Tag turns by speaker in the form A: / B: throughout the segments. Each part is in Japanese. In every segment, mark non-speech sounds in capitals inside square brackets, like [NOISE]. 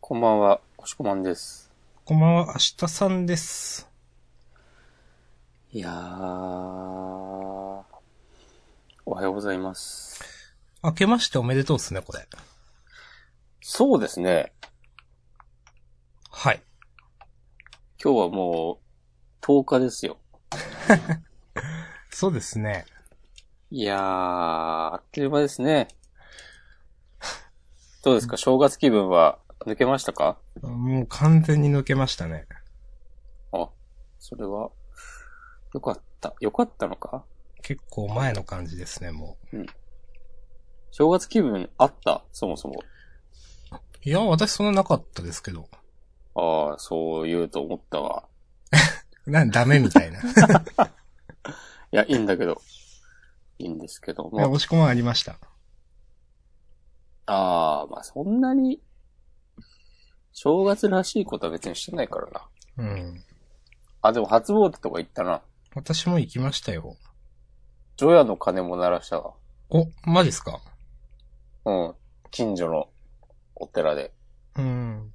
A: こんばんは、こしこまんです。
B: こんばんは、明日さんです。
A: いやー、おはようございます。
B: 明けましておめでとうですね、これ。
A: そうですね、
B: はい。
A: 今日はもう、10日ですよ。
B: そうですね。
A: いやー、あっという間ですね。どうですか、正月気分は抜けましたか
B: もう完全に抜けましたね。
A: あ、それは、よかった。よかったのか
B: 結構前の感じですね、も
A: 正月気分あったそもそも。
B: う。いや、私そんななかったですけど。
A: ああ、そう言うと思ったわ。
B: なんダメみたい [LAUGHS] な。
A: いや、いいんだけど。いいんですけども。
B: 押し込まんありました。
A: ああ、まあそんなに、正月らしいことは別にしてないからな。
B: うん。
A: あ、でも初詣とか行ったな。
B: 私も行きましたよ。
A: 除夜の鐘も鳴らしたわ。
B: お、マジっすか
A: うん。近所のお寺で。
B: うん。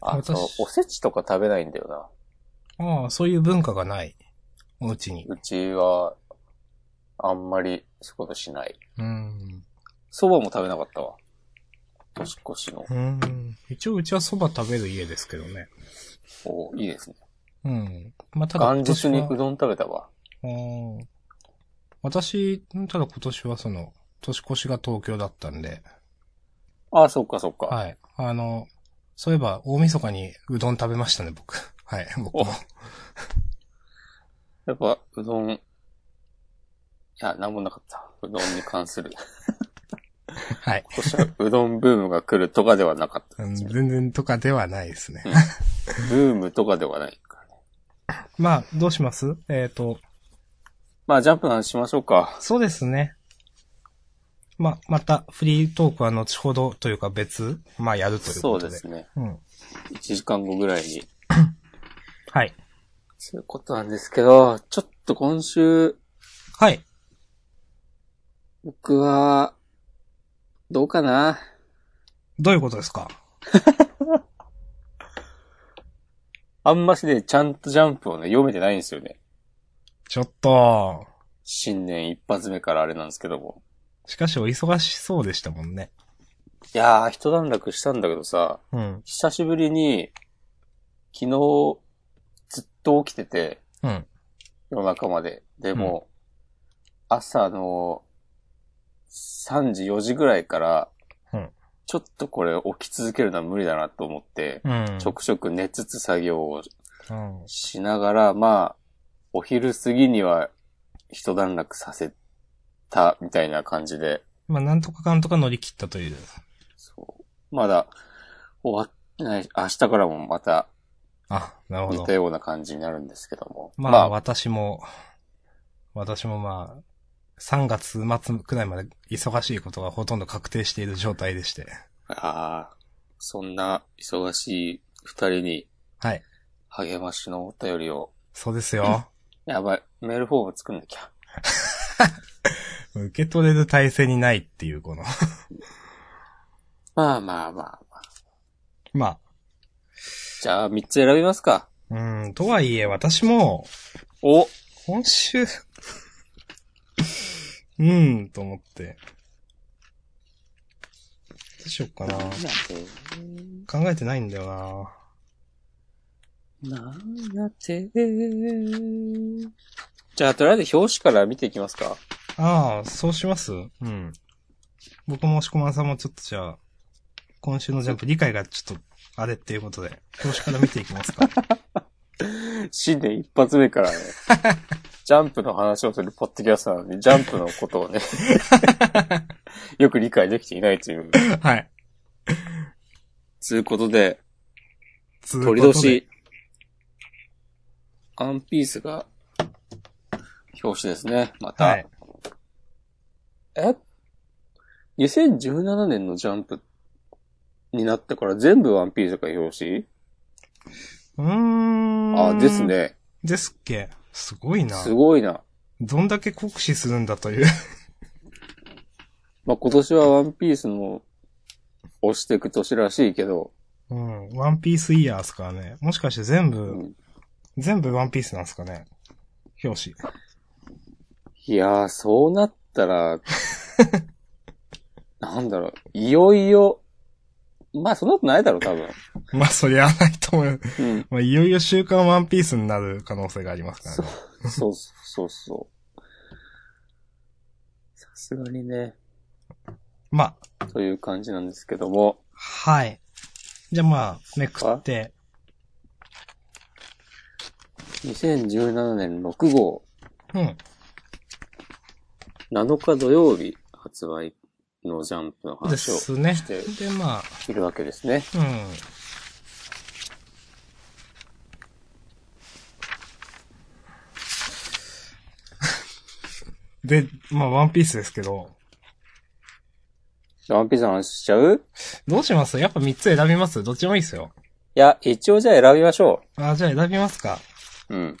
A: あ、そ
B: 私
A: の、おせちとか食べないんだよな。
B: ああ、そういう文化がない。お家に。
A: うちは、あんまりそういうことしない。
B: うん。
A: 蕎麦も食べなかったわ。年越しの。
B: うん。一応うちは蕎麦食べる家ですけどね。
A: おいいですね。
B: うん。まあ、ただ
A: 元
B: 今年
A: 日
B: は
A: にうどん食べたわ。
B: うん私、ただ今年はその、年越しが東京だったんで、
A: あ、そっかそっか。
B: はい。あの、そういえば大晦日にうどん食べましたね、僕。 [LAUGHS] はい、僕も。
A: やっぱ、うどん、いや、なんもなかった。うどんに関する。
B: はい。
A: そしたらうどんブームが来るとかではなかった。
B: う
A: ブ
B: ん全然とかではないですね。
A: ームとかではないからね。
B: まあ、どうしますえっ、と、
A: まあ、ジャンプの話しましょうか。
B: そうですね。まあ、また、フリートークは後ほどというか別、まあ、やるという
A: そ
B: こ
A: う
B: と
A: で
B: で。
A: すね。
B: うん。
A: 1時間後ぐらいに。
B: はい。
A: そういうことなんですけど、ちょっと今週、
B: はい。
A: 僕は、どうかな
B: どういうことですか
A: あんましね、ちゃんとジャンプをね、読めてないんですよね。
B: ちょっと、
A: 新年一発目からあれなんですけども。
B: しかしお忙しそうでしたもんね。
A: いやー、一段落したんだけどさ、
B: うん。
A: 久しぶりに、昨日、ずっと起きてて、
B: うん。
A: 夜中まで。でも、朝の3時、4時ぐらいから、
B: うん
A: ちょっとこれ起き続けるのは無理だなと思って、
B: うん。
A: ちょくちょく寝つつ作業を
B: うん。
A: しながら、まあ、お昼過ぎには一段落させたみたいな感じで、
B: まあ、なんとかかんとか乗り切ったという。
A: そうまだ終わってない、明日からもまた
B: あ、なるほ
A: 似
B: ど
A: た。ような感じになるんですけども。
B: まあ、
A: まあ、
B: 私も、私もまあ、3月末くらいまで忙しいことがほとんど確定している状態でして。
A: あーそんな忙しい二人に
B: はい。
A: 励ましのお便りを。
B: そうですよ。
A: やばい、メールフォーム作んなきゃ。
B: 受け取れる体制にないっていう、この。
A: まあまあまあまあ。
B: ま
A: じゃあ、三つ選びますか。
B: あ、うん、とはいえ、私も、
A: お
B: 今週、うーん、と思って。どうしよっかな。
A: な
B: 考えてないんだよな。
A: んやて。じゃあ、とりあえず表紙から見ていきますか。
B: ああ、そうしますうん。僕も押し込まんさんもちょっとじゃあ、今週のジャンプ理解がちょっと、あれっていうことで、表紙から見ていきますか。
A: 新年一発目 [LAUGHS] からね。ジャンプの話をするポッドキャストなのに、ジャンプのこと [LAUGHS] をね、よく理解できていないという。
B: [LAUGHS] はい。
A: つうことで、
B: つうことで
A: 鳥年。ワンピースが、表紙ですね。また。
B: はい。
A: え ?2017 年のジャンプになってから全部ワンピースが表
B: うーん。
A: 紙あ、です。ね。
B: ですっけ。すごいな。
A: すごいな。
B: どんだけ酷使するんだという。
A: まあ、今年はワンピースの押していく年らしいけど、
B: うん。ワンピースイヤーっすからね。もしかして全部、
A: うん
B: 全部ワンピースなんですかね。表紙。 [LAUGHS]
A: いやー、そうなった
B: [LAUGHS]
A: ら、なんだろう、いよいよ、まあ、そんなことないだろう、多分。
B: まあ、そりゃあないと思う。
A: うん。
B: まあ、いよいよ週刊ワンピースになる可能性がありますから
A: そ
B: ね。
A: う、そう、そう、そう。さすがにね、
B: まあ、
A: という感じなんですけども。
B: はい。じゃあまあ、めくって、
A: 2017年6号、
B: うん。
A: 7日土曜日発売のジャンプの
B: で
A: 話を
B: すね
A: して。
B: で、まあ、
A: いるわけですね。
B: うん。 [LAUGHS] で、まあ、ワンピースですけど、
A: ワンピースの話しちゃう
B: どうしますやっぱ3つ選びますどっちもいいですよ。
A: いや、一応じゃあ選びましょ
B: あ、じゃあ選びますか。
A: う。うん。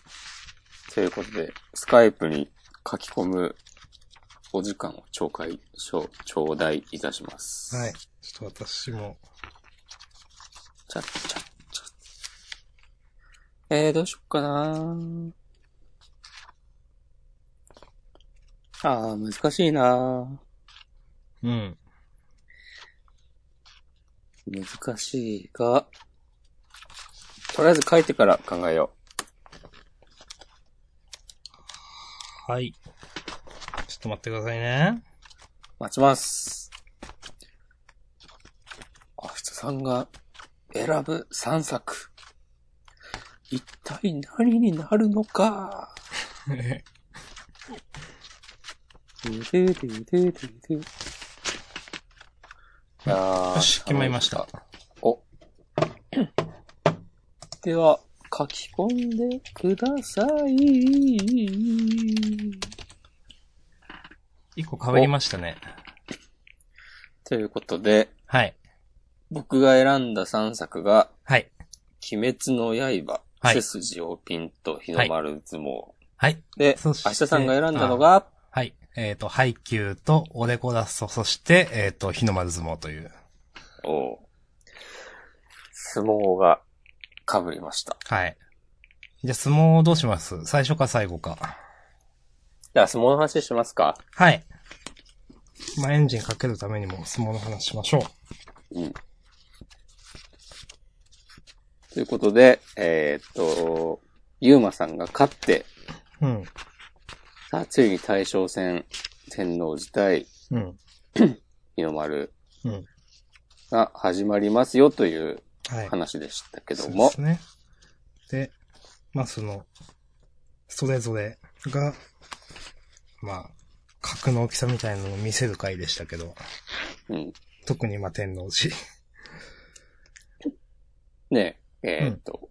A: ということで、スカイプに書き込むお時間を頂戴、頂頂戴いたします。
B: はい。。ちょっと私も。
A: ちゃっちゃっちゃ。えー、どうしよっかなあー、難しいな
B: うん。
A: 難しいが、とりあえず書いてから考えよ
B: はい。ちょっと待ってくださいね。
A: う。待ちます。あ、人さんが選ぶ3作。一体何になるのか。ドゥドゥドゥドゥドゥドゥいやー
B: よし、決まりました。。
A: お。では、書き込んでください。
B: 1個被りましたね。
A: ということで、
B: はい。
A: 僕が選んだ3作が、
B: はい。
A: 鬼滅の刃、
B: はい
A: 背筋をピンと日の丸相撲。
B: はい。
A: で、
B: そ
A: 明
B: して
A: 日さんが選んだのが、
B: はい。えっ、と、ハイキューと、オレコラッソ、そして、えっ、と、日の丸相撲という。
A: おう相撲が被りました。
B: はい。じゃあ、相撲どうします最初か最後か。
A: じゃあ相撲の話しますか
B: はい。まあ、エンジンかけるためにも相撲の話しましょう。
A: うん。ということで、えーっと、ゆうまさんが勝って、
B: うん。
A: さあ、ついに大将戦、天皇自体、
B: うん。
A: 日の丸
B: うん。
A: が始まりますよという
B: はい。
A: 話でしたけど
B: そう
A: も
B: で、すね。で、まあ、その、それぞれが、まあ、格の大きさみたいなのを見せる回でしたけど、
A: うん。
B: 特にまあ、天皇寺。
A: ねえ、えーっと、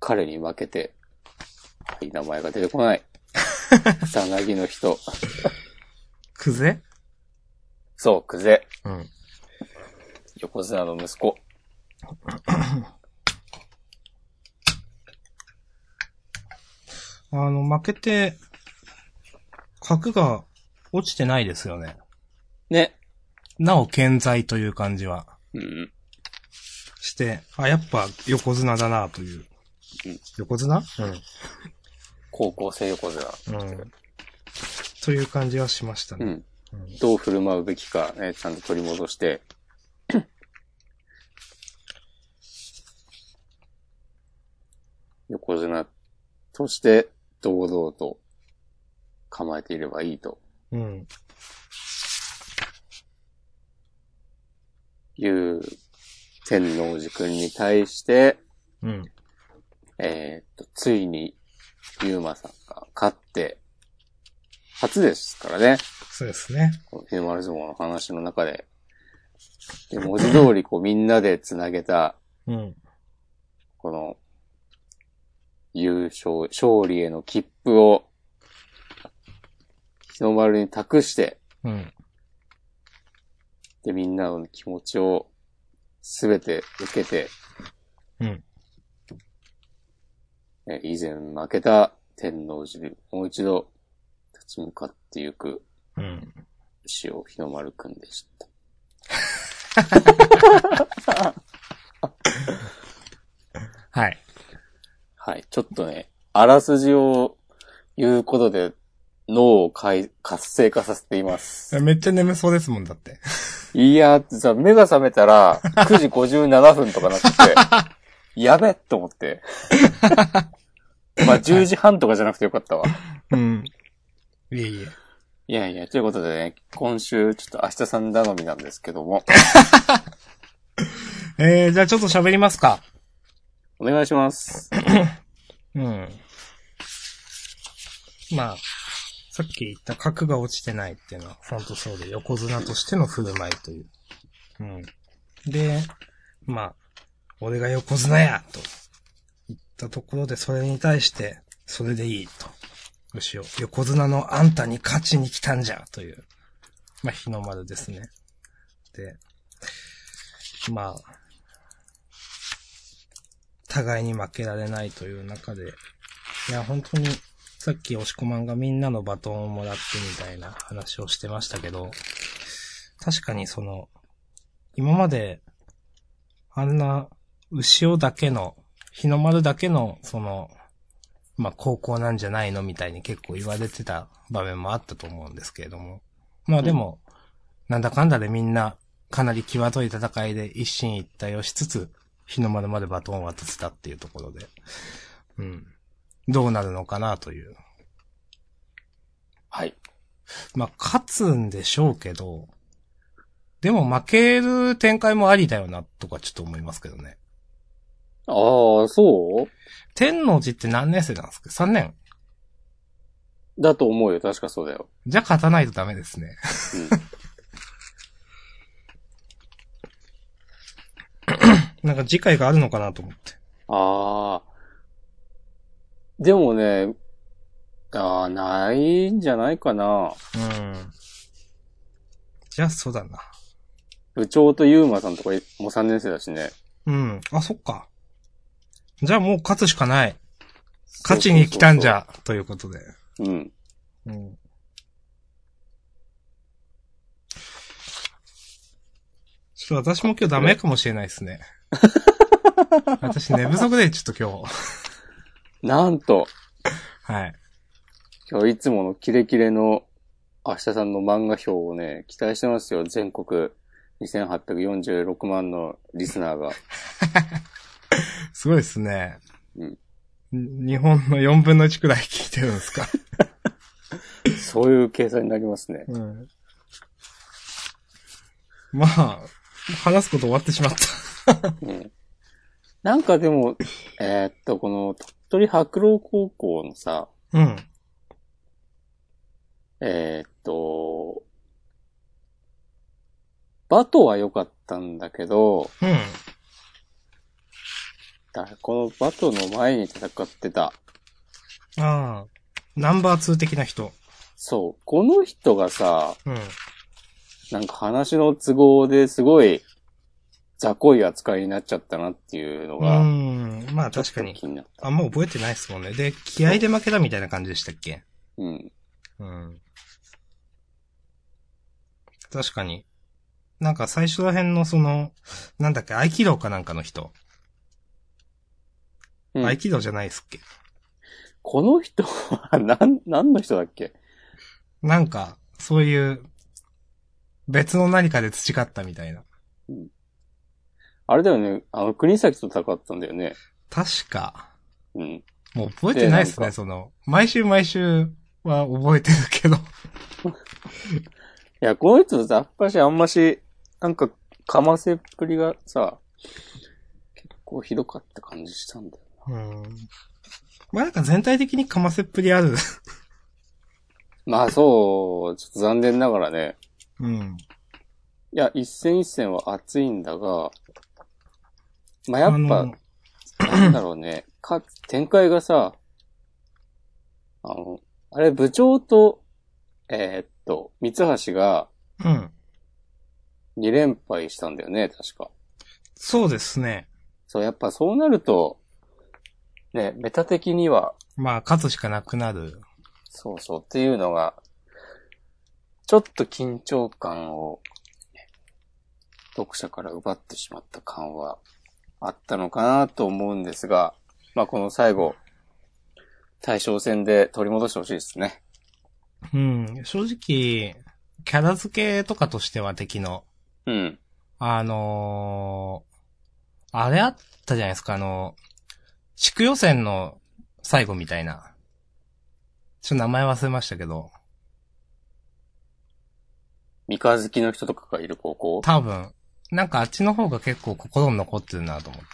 A: 彼に負けて、はい、名前が出てこ
B: [LAUGHS]
A: ない。さなぎの人。
B: クゼ
A: そう、クゼ。
B: うん。
A: 横綱の息子。
B: あの、負けて、角が落ちてないですよね。
A: ね。
B: なお健在という感じは
A: うん。
B: して、あ、やっぱ横綱だなという
A: うん。
B: 横綱
A: 高校生横綱。
B: うん。うん。という感じはしました
A: う
B: ね。
A: ん。どう振る舞うべきか、ね、ちゃんと取り戻して。横綱として堂々と構えていればいいと
B: うん。
A: いう天皇寺君に対して、
B: うん。
A: えーっと、ついに、ゆうまさんが勝って、初ですからね。
B: そうですね。
A: このヒューマル相撲の話の中で。で、文字通りこうみんなで繋げた、
B: うん。
A: この、優勝、勝利への切符を、日の丸に託して、
B: うん。
A: で、みんなの気持ちをすべて受けて、
B: うん。
A: え以前負けた天皇寺にもう一度立ち向かっていく
B: うん。
A: 塩日の丸くんでした。
B: はい。
A: はい。ちょっとね、あらすじを言うことで脳をかい活性化させています。
B: めっちゃ眠そうですもんだって。
A: いやー、さ、目が覚めた
B: [LAUGHS]
A: ら9時57分とかなってて、やべっと思って。まあ、10時半とかじゃなくてよかったわ。
B: うん。いえいえ。
A: いやいや、ということでね、今週ちょっと明日さん頼みなんですけども、
B: えー、じゃあちょっと喋りますか。
A: お願いします。
B: うん。まあ、さっき言った核が落ちてないっていうのは、ほんとそうで、横綱としての振る舞いという。うん。で、まあ、俺が横綱やと言ったところで、それに対して、それでいいと。むしろ、横綱のあんたに勝ちに来たんじゃという、まあ、日の丸ですね。で、まあ、互いに負けられないという中で、いや、本当に、さっき押し込まんがみんなのバトンをもらってみたいな話をしてましたけど、確かにその、今まで、あんな、牛尾だけの、日の丸だけの、その、まあ、高校なんじゃないのみたいに結構言われてた場面もあったと思うんですけれども。まあでも、なんだかんだでみんな、かなり際どい戦いで一進一退をしつつ、日の丸までバトンを渡せたっていうところで。うん。どうなるのかなという。
A: はい。
B: まあ、勝つんでしょうけど、でも負ける展開もありだよな、とかちょっと思いますけどね。
A: ああ、そう
B: 天王寺って何年生なんですか ?3 年
A: だと思うよ。確かそうだよ。
B: じゃ勝たないとダメですね。なんか次回があるのかなと思って。
A: ああ。でもね、ああ、ないんじゃないかな。
B: うん。じゃあそうだな。
A: 部長とユーマさんとかいもう3年生だしね。
B: うん。あ、そっか。じゃあもう勝つしかない。勝ちに来たんじゃ、ということで。
A: そうそうそう。うん。
B: うん。ちょっと私も今日ダメかもしれないです [LAUGHS] ね。私寝不足で、ちょっと今日。
A: なんと、
B: はい。
A: 今日いつものキレキレの明日さんの漫画表をね、期待してますよ。全国2846万のリスナーが。
B: すごいですね。
A: うん
B: 日本の4分の1くらい聞いてるんですか。
A: そういう計算になります
B: [LAUGHS]
A: ね。
B: うん。まあ、話すこと終わってしまった。
A: うん。なんかでも、えーっと、この鳥取白老高校のさ、
B: うん。
A: えーっと、バトは良かったんだけど、
B: うん。
A: だこのバトの前に戦ってた。
B: ああ。ナンバー2的な人。
A: そう。この人がさ、
B: うん。
A: なんか話の都合ですごい、雑魚い扱いになっちゃったなっていうの
B: う
A: が、
B: ん。まあ確かに
A: ちょっと。気になった。
B: あんま覚えてないですもんね。で、気合で負けたみたいな感じでしたっけ
A: うん。
B: うん。確かに。なんか最初ら辺のその、なんだっけ、合気道かなんかの人。
A: うん
B: 合気道じゃないっすっけ
A: この人は、なん、何 [LAUGHS] の人だっけ
B: なんか、そういう、別の何かで培ったみたいな。
A: あれだよね、あの、国崎と戦ったんだよね。
B: 確か。
A: うん。
B: もう覚えてないです
A: でなん
B: ね、
A: か
B: その、毎週毎週は覚えてるけど。
A: いや、この人さ、やっぱしあんまし、なんか、かませっぷりがさ、結構ひどかった感じしたんだよ。
B: うん。まあなんか全体的にかませっぷりある。
A: まあそう、ちょっと残念ながらね。
B: う
A: い
B: ん。
A: や、一戦一戦は熱いんだが、まあやっ
B: あの
A: ぱ、なんだろうね、 [CLEARS THROAT] か、展開がさ、あの、あれ、部長と、えーっと、三橋が
B: うん。
A: 2連敗したんだよね、確か。
B: そうですね。
A: そう、やっぱそうなると、ね、メタ的には、
B: まあ、勝つしかなくなる。
A: そうそうっていうのが、ちょっと緊張感を、読者から奪ってしまった感はあったのかなと思うんですが、まあこの最後、対象戦で取り戻してほしいですね。
B: うん、正直、キャラ付けとかとしては敵の、
A: うん。
B: あのーあれあったじゃないですか、あの、地区予選の最後みたいな。ちょっと名前忘れましたけど、
A: 三日月の人とかがいる高校
B: 多分、なんかあっちの方が結構心に残ってるなと思って。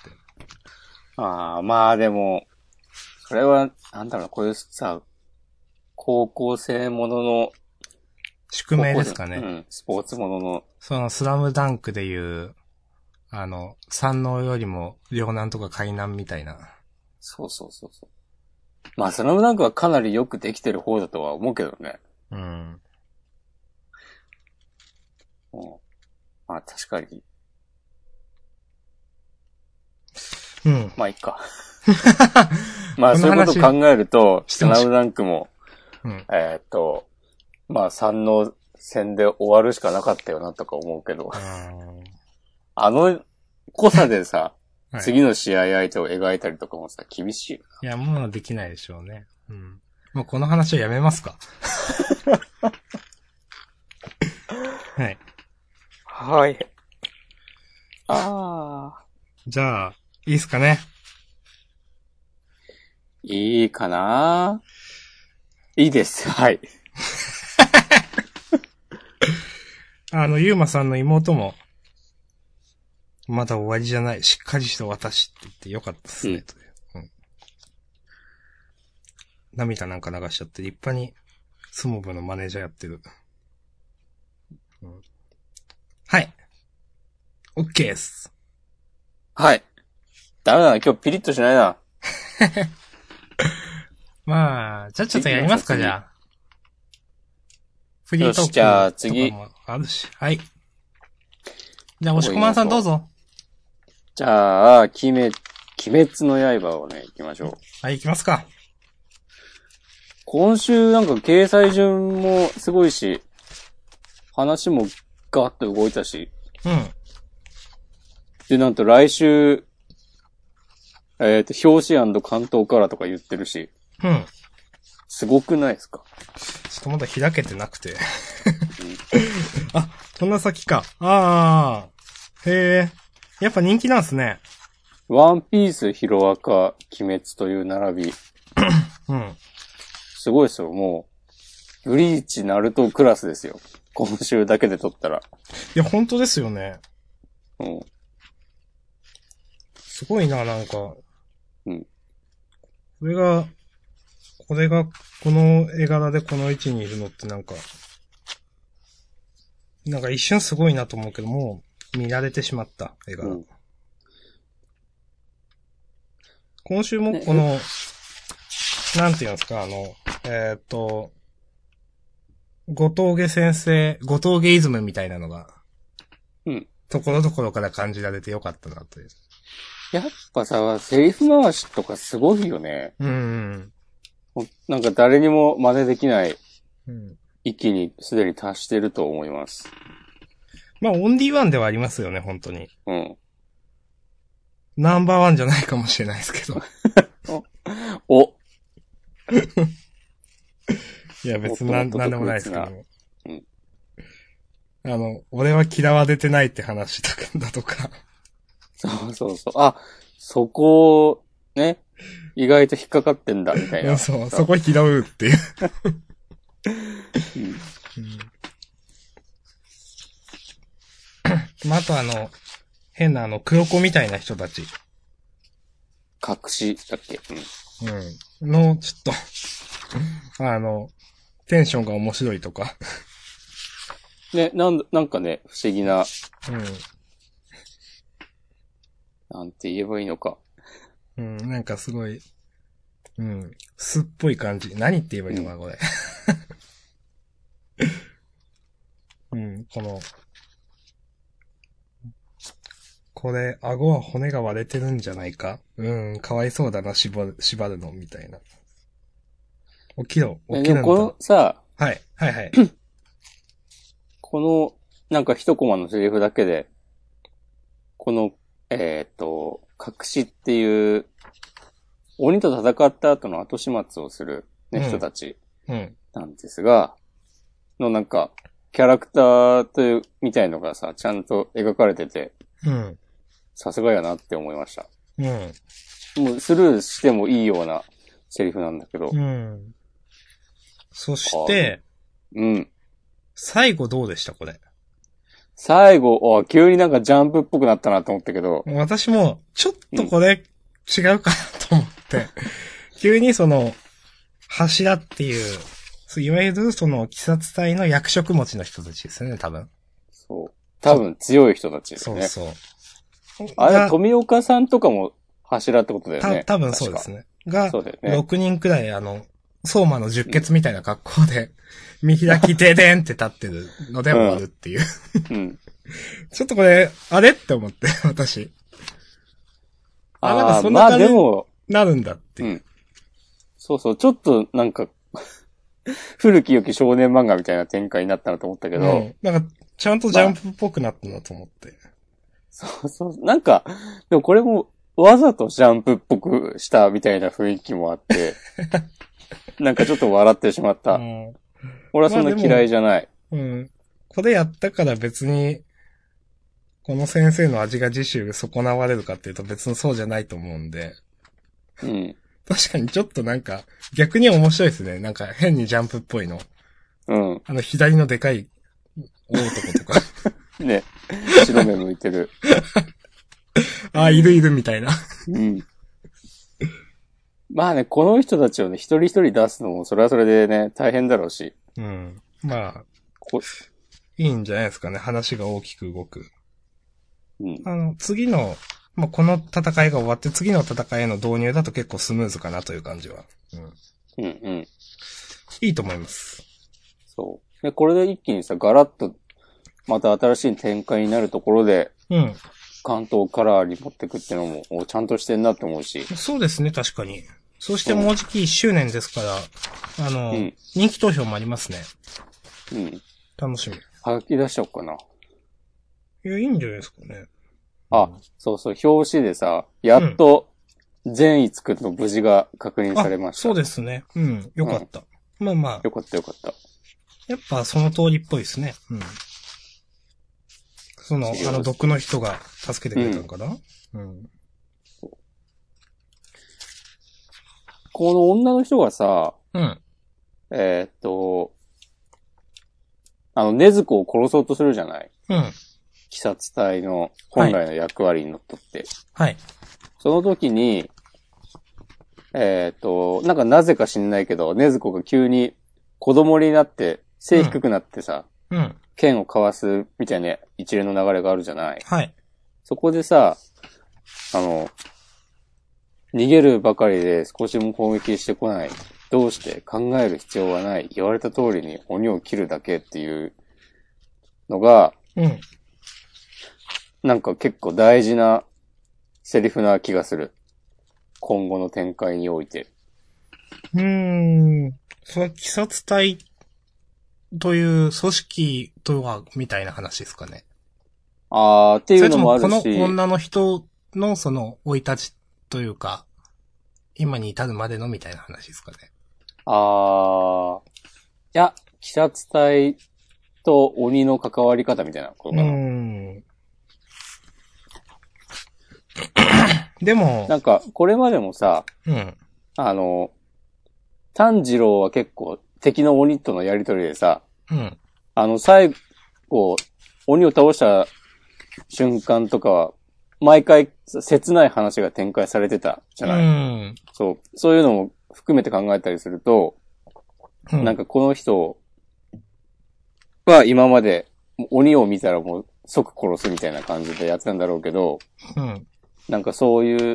A: ああ、まあでも、それは、なんだろう、こういうさ、高校生ものの、
B: 宿命ですかね。
A: うん、スポーツものの、
B: そのスラムダンクでいう、あの、山王よりも、両南とか海南みたいな。
A: そうそうそうそう。まあ、スラムダンクはかなりよくできてる方だとは思うけどね。
B: うん。
A: うん、まあ、確かに。
B: うん。
A: まあ、いい
B: [LAUGHS]
A: か。まあ、
B: こ
A: そ
B: の
A: ういうこ
B: 話
A: とを考えると、
B: して
A: ス
B: まし
A: ラ
B: た
A: ムダンクも、
B: うん。
A: えーっと、まあ、三能戦で終わるしかなかったよなとか思うけど、あの濃さでさ、
B: はい
A: 次の試合相手を描いたりとかもさ、厳しいよ
B: いや、もうできないでしょうね。うん。もうこの話はやめますか。はい。
A: はい。ああ。
B: じゃあ、いいっすかね。
A: いいかないいです。はい。
B: あの、ゆうまさんの妹も、まだ終わりじゃない。しっかりして私って言ってよかったっすね、
A: うん
B: という、うん涙なんか流しちゃって、立派に、相撲部のマネージャーやってる。うん、はい。オッケーです。
A: はい。ダメだな、今日ピリッとしないな。
B: まあ、じゃあちょっとやりますか、
A: 次
B: じ
A: 行
B: ゃあ。フリートーク
A: よしじゃあ次
B: とかもあるし、はい。じゃあ、押し込まんさんどうぞ。
A: じゃあ、鬼滅、鬼滅の刃をね、行きましょう。
B: はい、行きますか。
A: 今週なんか掲載順もすごいし、話もガッと動いたし、
B: うん。
A: で、なんと来週、えっ、と、表紙関東からとか言ってるし、
B: うん。
A: すごくないですか
B: ちょっとまだ開けてなくて。 [LAUGHS] あ、こんな先か。ああ。へえ。やっぱ人気なんすね。
A: ワンピース、ヒロアカ、鬼滅という並び、
B: うん。
A: すごいですよ、もう。ブリーチ、ナルトクラスですよ。今週だけで撮ったら。
B: いや、本当ですよね。
A: うん。
B: すごいな、なんか。
A: うん
B: これが、これが、この絵柄でこの位置にいるのってなんか、なんか一瞬すごいなと思うけど、もう見慣れてしまった絵柄。
A: うん
B: 今週もこの、なんていうんですか、あの、えーっと、後藤家先生、後藤家イズムみたいなのが、
A: うん。
B: ところどころから感じられてよかったなという。
A: やっぱさ、セリフ回しとかすごいよね。
B: うんうん
A: ほんなんか誰にも真似できない
B: うん。うん。
A: 域にすでに達してると思います。
B: まあ、オンリーワンではありますよね、本当に。
A: うん。
B: ナンバーワンじゃないかもしれないですけど。
A: お
B: [LAUGHS] いや、別になんなんでもないですけども
A: うん。
B: あの、俺は嫌われてないって話だだとか。
A: そうそうそう。あ、そこを、ね。意外と引っかかってんだ、みたいな。
B: [LAUGHS] そう、そこ拾うっていう。うんまあ、あとあの、変なあの、黒子みたいな人たち。
A: 隠し、だっけ。うん。
B: うん。の、ちょっと、あの、テンションが面白いとか。
A: ね、なんだ、なんかね、不思議な、
B: う
A: なんて言えばいいのか。
B: ん。うん、なんかすごい、うん、すっぽい感じ。何って言えばいいのかな、これ。 [LAUGHS] うん、この、これ、顎は骨が割れてるんじゃないかうん、かわいそうだな、縛る、縛るの、みたいな。起きろ、起
A: ね
B: き
A: で
B: る
A: も
B: ん
A: こ
B: だ
A: の。さ、 [COUGHS]
B: はい、はい、はい。
A: この、なんか一コマのセリフだけで、この、えっ、と、隠しっていう、鬼と戦った後の後始末をする、ね
B: うん
A: 人たち
B: うん。
A: なんですが、のなんか、キャラクターという、みたいのがさ、ちゃんと描かれてて、
B: うん。
A: さすがやなって思いました。
B: うん。
A: もうスルーしてもいいようなセリフなんだけど。
B: うん。そして、
A: うん。
B: 最後どうでしたこれ。
A: 最後、あ急になんかジャンプっぽくなったなと思ったけど、
B: 私も、ちょっとこれ、違うかなと思 [LAUGHS] って。急にその、柱っていう、そういわゆるその、鬼殺隊の役職持ちの人たちですよね、多分。
A: そう。多分強い人たちです
B: そ
A: ね。
B: うそう。
A: あれ
B: が
A: は富岡さんとかも柱ってことだよ
B: た
A: ね。
B: 多分そうです
A: ね。
B: ね。が、
A: そうだよね。
B: 6人くらい、あの、相馬の十血みたいな格好で、 [LAUGHS] 見開き停電って立ってるので終わるっていう。
A: うん。
B: ちょっとこれ、あれって思って、私。あなんか
A: ああ
B: そ
A: ー、
B: んな
A: まあ
B: 感じ
A: でも、
B: なるんだっていう。
A: うんそうそう、ちょっとなんか、 [LAUGHS] 古き良き少年漫画みたいな展開になったなと思ったけど、
B: うんなんか、ちゃんとジャンプっぽくなったなと思って。
A: そうそう、なんか、でもこれもわざとジャンプっぽくしたみたいな雰囲気もあ
B: [LAUGHS]
A: って、なんかちょっと笑ってしまった。
B: うん
A: 俺はそんな嫌いじゃない。
B: うん。これやったから別に、この先生の味が次週損なわれるかっていうと別にそうじゃないと思うんで。
A: うん。
B: 確かにちょっとなんか、逆に面白いですね。なんか変にジャンプっぽいの。
A: うん。
B: あの左のでかい大男と [LAUGHS] か。
A: ね。白目向いてる。
B: あ、いるいるみたいな。
A: うん。まあね、この人たちをね、一人一人出すのも、それはそれでね、大変だろうし。
B: うん。まあ、
A: こ
B: いいんじゃないですかね。話が大きく動く。
A: うん。
B: あの、次の、まあ、この戦いが終わって次の戦いへの導入だと結構スムーズかなという感じは。うん。
A: うんうん。
B: いいと思います。
A: そう。で、これで一気にさ、ガラッと、また新しい展開になるところで、
B: うん。
A: 関東カラーに持ってくってのも、おちゃんとしてんなって思うし。
B: そうですね、確かに。そしてもうじき1周年ですから、あの、
A: うん
B: 人気投票もありますね。
A: うん。
B: 楽しみ。
A: はき出しちゃおうかな。
B: いや、いいんじゃないですかね。
A: あ、そうそう、表紙でさ、やっと、善逸くんの無事が確認されました。
B: そうですね。うん、よかった。まあまあ
A: よ、かったよかった。
B: やっぱその通りっぽいですね。うん。その、あの、毒の人が助けてくれたのかな、うん、
A: この女の人がさ、
B: うん。
A: えーっと、あの、禰豆子を殺そうとするじゃない
B: うん。
A: 鬼殺隊の本来の役割にのっとって。
B: はい。
A: その時に、えーっと、なんかなぜか知んないけど、禰豆子が急に子供になって、背低くなってさ、
B: うん。
A: 剣を交わすみたいな一連の流れがあるじゃない
B: はい。
A: そこでさ、あの、逃げるばかりで少しも攻撃してこない。どうして考える必要はない。言われた通りに鬼を切るだけっていうのが、
B: うん。
A: なんか結構大事なセリフな気がする。今後の展開において。
B: うーん。その、鬼殺隊という組織とは、みたいな話ですかね。
A: あーってい
B: そうれ
A: の
B: と
A: もあ
B: もこ
A: る
B: の
A: し、
B: 女の人のその生い立ちというか、今に至るまでのみたいな話ですかね。
A: あーいや、鬼殺隊と鬼の関わり方みたいなことかな。
B: ん。でも
A: な、んか、これまでもさ、
B: うん。
A: あの、炭治郎は結構敵の鬼とのやりとりでさ、
B: うん。
A: あの最後、鬼を倒した瞬間とかは、毎回切ない話が展開されてたじゃ
B: う
A: ない、
B: ん。
A: そう、そういうのも含めて考えたりすると、
B: うん
A: なんかこの人は今まで鬼を見たらもう即殺すみたいな感じでやってたんだろうけど、
B: うん。
A: なんかそういう、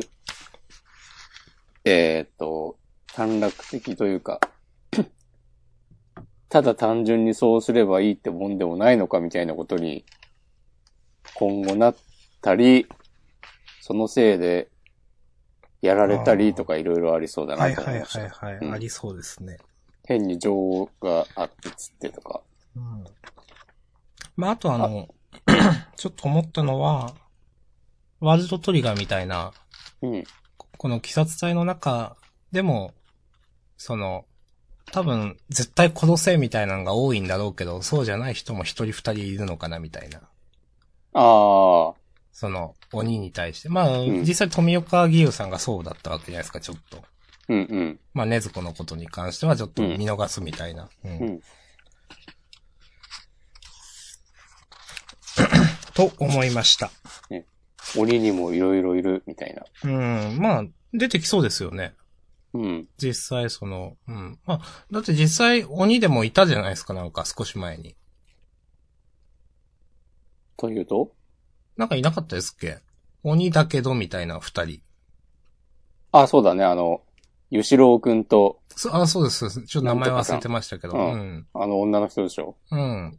A: えーっと、短絡的というか、 [CLEARS THROAT] ただ単純にそうすればいいってもんでもないのかみたいなことに、今後なったり、そのせいで、やられたりとかいろいろありそうだ
B: は
A: ないと
B: は
A: 思い
B: い
A: ました。
B: はいはい。
A: うん
B: ありそうですね。
A: 変に情があってつってとか。
B: うん。まあ、あとあの、 [COUGHS] ちょっと思ったのは、ワールドトリガーみたいな、
A: うん。
B: この鬼殺隊の中でも、その、多分、絶対殺せみたいなのが多いんだろうけど、そうじゃない人も一人二人いるのかな、みたいな。
A: ああ、
B: その、鬼に対して。まあ、
A: ん
B: 実際富岡義勇さんがそうだったわけじゃないですか、ちょっと。
A: うんうん。
B: まあ、禰豆子のことに関してはちょっと見逃すみたいな。うん
A: うん
B: と思いました。
A: 鬼にもいろいろいる、みたいな。
B: うん、まあ、出てきそうですよね。
A: うん。
B: 実際その、うん。まあ、だって実際鬼でもいたじゃないですか、なんか少し前に。
A: というと
B: なんかいなかったですっけ鬼だけどみたいな二人。
A: あ、そうだね、あの、ゆしろうくんと、
B: そあ、そうですそうです。ちょっと名前忘れてましたけど。う
A: なんとかさ
B: ん。
A: あの女の人でしょ。
B: うん。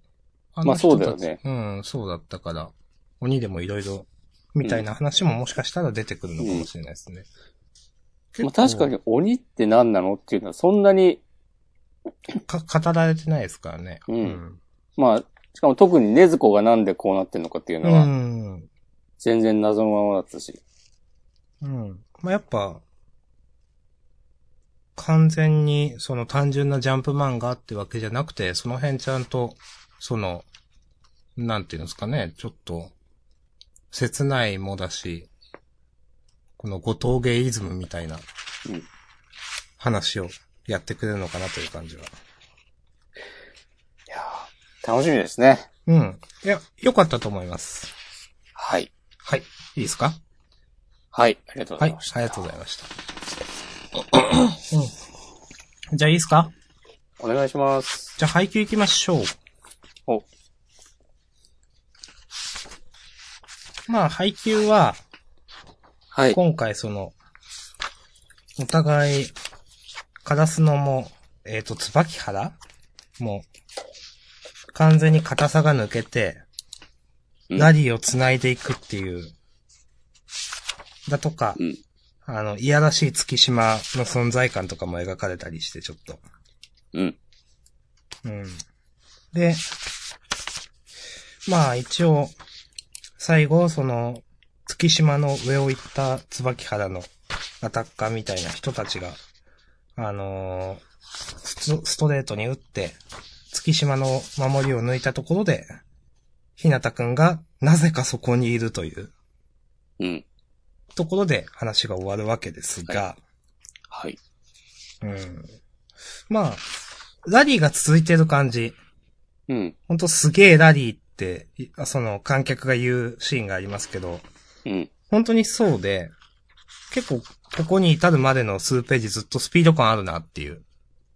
B: あ
A: まあ
B: 人たち
A: そうだよね。
B: うん、そうだったから。鬼でもいろいろ、みたいな話ももしかしたら出てくるのかもしれないですね。
A: まあ、確かに鬼って何なのっていうのはそんなに、
B: か。語られてないですからね。
A: うんまあ、しかも特に禰豆子がなんでこうなってんのかっていう
B: う
A: のは、
B: ん。
A: 全然謎のままだったし。
B: うん。まあ、やっぱ、完全に、その単純なジャンプ漫画ってわけじゃなくて、その辺ちゃんと、その、なんていうんですかね、ちょっと、切ないもだし、この五峠イズムみたいな
A: うん、
B: 話をやってくれるのかなという感じは。
A: いやー楽しみですね。
B: うん。いや、良かったと思います。
A: はい。
B: はい。いいですか
A: はい、ありがとうご
B: は
A: ざ
B: い。
A: い
B: あ
A: ました。
B: りがとうございました。うん、じゃあいいですか
A: お願いします。
B: じゃあ配給行きましょう。
A: お、
B: まあ、配給は、
A: はい。
B: 今回その、お互い、カラスノも、えっ、と、椿原もう、完全に硬さが抜けて、
A: うん
B: ラリーを繋いでいくっていう、だとか
A: う、ん。
B: あの、いやらしい月島の存在感とかも描かれたりして、ちょっと。
A: うん。
B: うん。で、まあ一応、最後、その、月島の上を行った椿原のアタッカーみたいな人たちが、あのーストストレートに打って、月島の守りを抜いたところで、ひなたくんがなぜかそこにいるという
A: うん。
B: ところで話が終わるわけですが、
A: はい。
B: うん。まあ、ラリーが続いてる感じ。
A: うん。
B: ほんとすげえラリーって、いその観客が言うシーンがありますけど、
A: うん。
B: 本当にそうで、結構ここに至るまでの数ページずっとスピード感あるなっていう。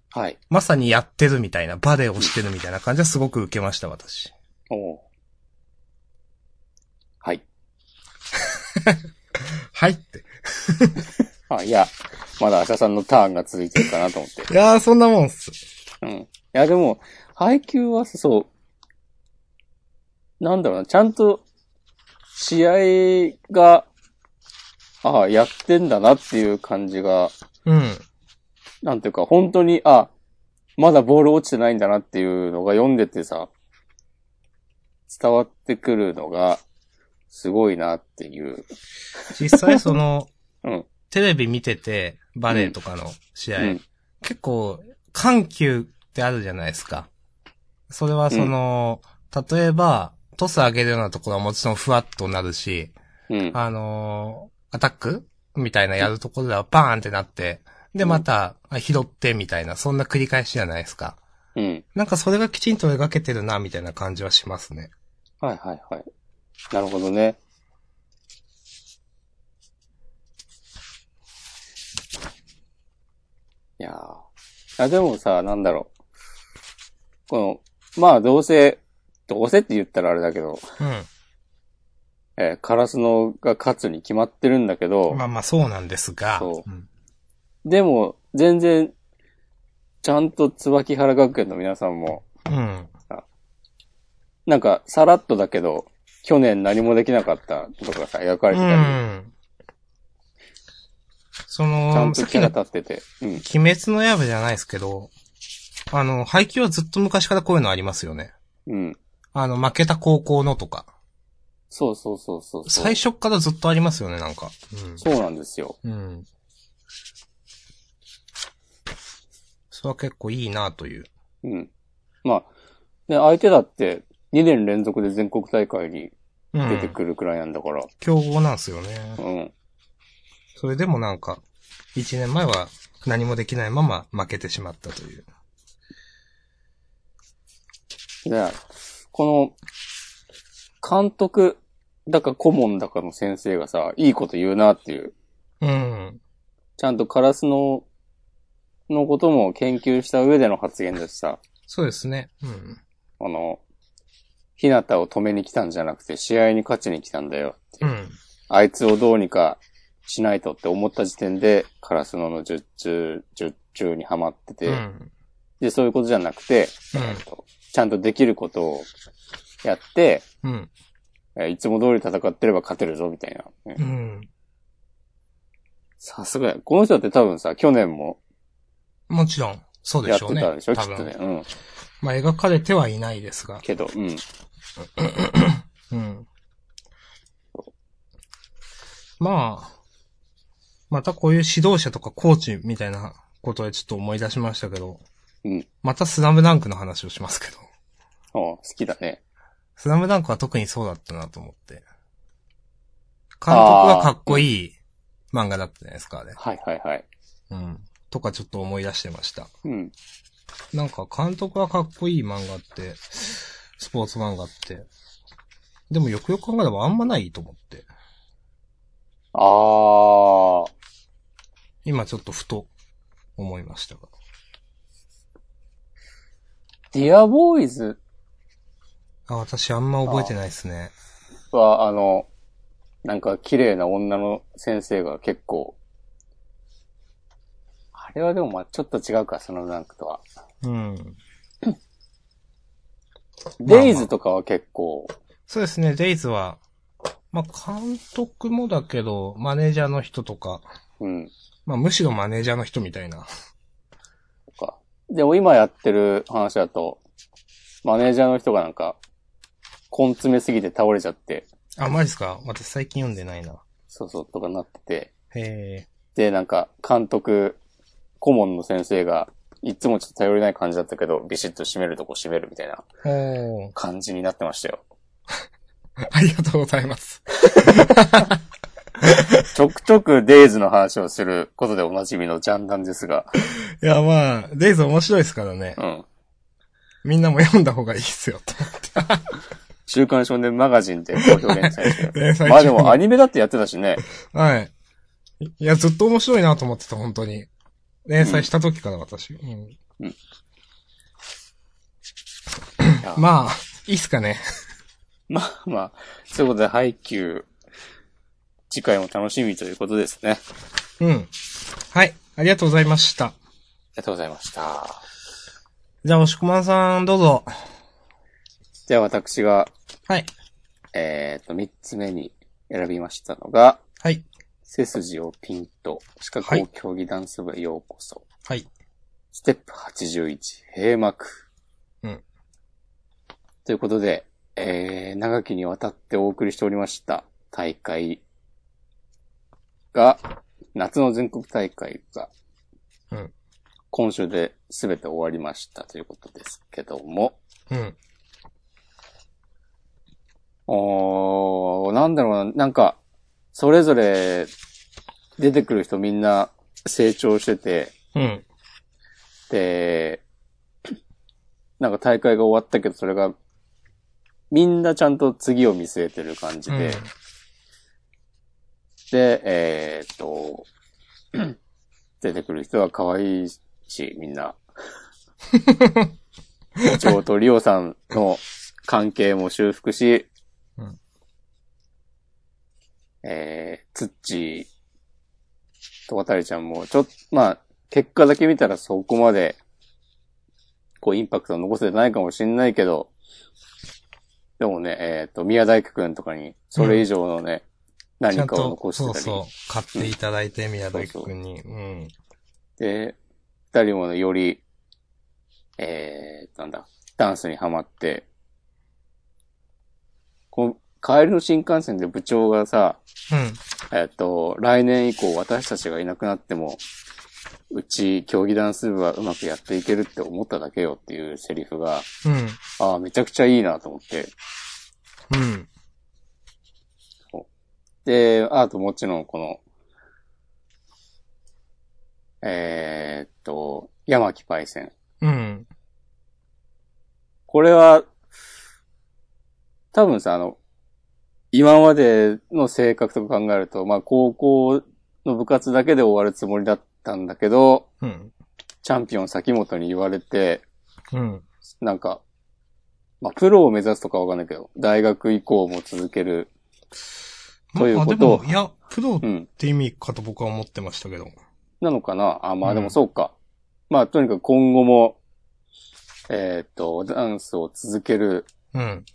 A: はい。
B: まさにやってるみたいな、バレーをしてるみたいな感じはすごく受けました、私。
A: おーはい。
B: はいって。
A: あ、いや、まだ明日さんのターンが続いてるかなと思って。
B: いやー、そんなもんっす。
A: うん。いや、でも、配給はそう、なんだろうな、ちゃんと、試合が、ああ、やってんだなっていう感じが、
B: うん。
A: なんていうか、本当に、あ、まだボール落ちてないんだなっていうのが読んでてさ、伝わってくるのが、すごいなっていう。
B: 実際その、
A: うん
B: テレビ見てて、バレーとかの試合、
A: うん
B: 結構、緩急ってあるじゃないですか。それはその、例えば、トス上げるようなところはもちろんふわっとなるし、
A: うん。
B: あのーアタックみたいなやるところではバーンってなって、で、
A: うん
B: また、あ拾ってみたいな、そんな繰り返しじゃないですか。
A: うん。
B: なんかそれがきちんと描けてるな、みたいな感じはしますね。
A: はいはいはい。なるほどね。いやーあ、でもさ、なんだろう。この、まあどうせ、どうせって言ったらあれだけど、
B: う
A: えーカラスのが勝つに決まってるんだけど、
B: ん。まあまあそうなんですが、
A: そ
B: うん
A: でも全然、ちゃんと椿原学園の皆さんも、
B: うん。
A: なんかさらっとだけど、去年何もできなかったとかさ、描かれてたり、
B: うん。
A: ち
B: そ
A: ゃん
B: の、さ
A: と
B: っ
A: キ
B: き
A: ャラ
B: の
A: 立ってて。うん。
B: 鬼滅の刃じゃないですけど、あの、配給はずっと昔からこういうのありますよね。
A: うん。
B: あの、負けた高校のとか。
A: そうそうそうそうそう。
B: 最初からずっとありますよね、なんか。
A: そうなんですよ。
B: うん。うん。それは結構いいなという。
A: うん。まあ、ね、相手だって2年連続で全国大会に
B: う
A: 出て
B: ん。
A: くるくらいなんだから。
B: 競合なんですよね。
A: うん。
B: それでもなんか、1年前は何もできないまま負けてしまったという。
A: で、この、監督だか顧問だかの先生がさ、いいこと言うなっていう。
B: うん。
A: ちゃんとカラスの、のことも研究した上での発言だしさ、
B: そうですね。うん。
A: あの、日向を止めに来たんじゃなくて、試合に勝ちに来たんだよっていう
B: うん。
A: あいつをどうにかしないとって思った時点で、カラスノの術中、術中にはまってて、
B: うん。
A: で、そういうことじゃなくて、
B: うん
A: えっとちゃんとできることをやって、
B: うん。
A: えーいつも通り戦ってれば勝てるぞ、みたいな。
B: う
A: ね
B: ん。
A: さすがや。この人って多分さ、去年も
B: もちろん、そうで
A: やっ
B: してょうね。
A: たでしょ、
B: 多
A: きっとね
B: 分。。
A: うん。
B: まあ、描かれてはいないですが。
A: けど、うん。
B: うん。まあ、またこういう指導者とかコーチみたいなことでちょっと思い出しましたけど、
A: うん。
B: またスラムダンクの話をしますけど、
A: ああ好きだね。
B: スラムダンクは特にそうだったなと思って。監督はかっこいい漫画だったじゃないですか、あれ。
A: はいはいはい。
B: うん。とかちょっと思い出してました。
A: うん。
B: なんか監督はかっこいい漫画って、スポーツ漫画って。でもよくよく考えればあんまないと思って。
A: ああ、
B: 今ちょっとふと思いましたが。
A: ディアボーイズ
B: あ、私あんま覚えてないですね。
A: は、あの、なんか綺麗な女の先生が結構、あれはでもまあちょっと違うか、そのランクとは。
B: うん。まあ
A: デイズとかは結構、
B: そうですね、デイズは、まあ、監督もだけど、マネージャーの人とか、
A: うん、
B: まあ、むしろマネージャーの人みたいな。
A: とか。でも今やってる話だと、マネージャーの人がなんか、根詰めすぎて倒れちゃって、
B: あ、マジっすか私最近読んでないな。
A: そうそうとかなってて、
B: へえ。
A: で、なんか、監督、顧問の先生が、いつもちょっと頼りない感じだったけど、ビシッと締めるとこ締めるみたいな
B: おー。
A: 感じになってましたよ。
B: ありがとうございます。
A: ちょくちょくデイズの話をすることでおなじみのジャンダンですが、
B: いや、まあ、デイズ面白いですからね
A: う。ん。
B: みんなも読んだ方がいいっすよ、と。
A: 週刊少年マガジンで好評連載して
B: [LAUGHS] 連
A: る。
B: 載中に
A: まあでもアニメだってやってたしね。
B: はい。いいや、ずっと面白いなと思ってた、本当に。連載した時から私。うん
A: うんや
B: まあ、いいっすかね。
A: まあまあ、そういうことで、ハイキュー、次回も楽しみということですね。あ
B: うん。はい。ありがとうございました。
A: りがとうございました。
B: じゃあ、おしくまんさん、どうぞ。
A: では私が、
B: はい。
A: えっ、と、3つ目に選びましたのが、
B: はい。
A: 背筋をピンと、四
B: は
A: 角を
B: い
A: 競技ダンス部へようこそ。
B: はい。
A: ステップ81、閉幕。
B: うん。
A: ということで、えー、長きにわたってお送りしておりました大会が、夏の全国大会が、
B: うん
A: 今週で全て終わりましたということですけども、
B: うん。
A: おー、なんだろうな、なんか、それぞれ出てくる人みんな成長してて、
B: うん。
A: で、なんか大会が終わったけど、それが、みんなちゃんと次を見据えてる感じで、
B: うん
A: で、えーっと、出てくる人は可愛いし、みん
B: [LAUGHS]
A: な。部長とリオさんの関係も修復し、
B: うん
A: えー、ツッチーと渡りちゃんも、ちょっと、まあ、結果だけ見たらそこまで、こう、インパクトを残せてないかもしんないけど、でもね、えーっ、と、宮大工くんとかに、それ以上のね、
B: ちゃ
A: 何
B: ん
A: かを
B: と、
A: 残してた
B: そ
A: り。
B: うそう。買っていただいて、宮崎くんに。うん。
A: で、二人もねより、えー、なんだ、ダンスにハマって、帰りの新幹線で部長がさ、
B: うん。
A: えっと、来年以降私たちがいなくなっても、うち競技ダンス部はうまくやっていけるって思っただけよっていうセリフが、
B: うん。
A: ああ、めちゃくちゃいいなと思って。
B: うん。
A: で、あともちろんこの、えーっと、山木パイセン。
B: うん。
A: これは、多分さ、あの、今までの性格とか考えると、まあ高校の部活だけで終わるつもりだったんだけど、
B: うん。
A: チャンピオン先本に言われて、
B: うん。
A: なんか、まあプロを目指すとかわかんないけど、大学以降も続ける。という
B: まあ
A: こ
B: で
A: とを
B: も、いや、プロっ
A: うん。
B: て意味かと僕は思ってましたけど。
A: なのかなあ、まあで
B: う
A: も
B: ん
A: そうか。まあとにかく今後も、えーっと、ダンスを続ける
B: うん。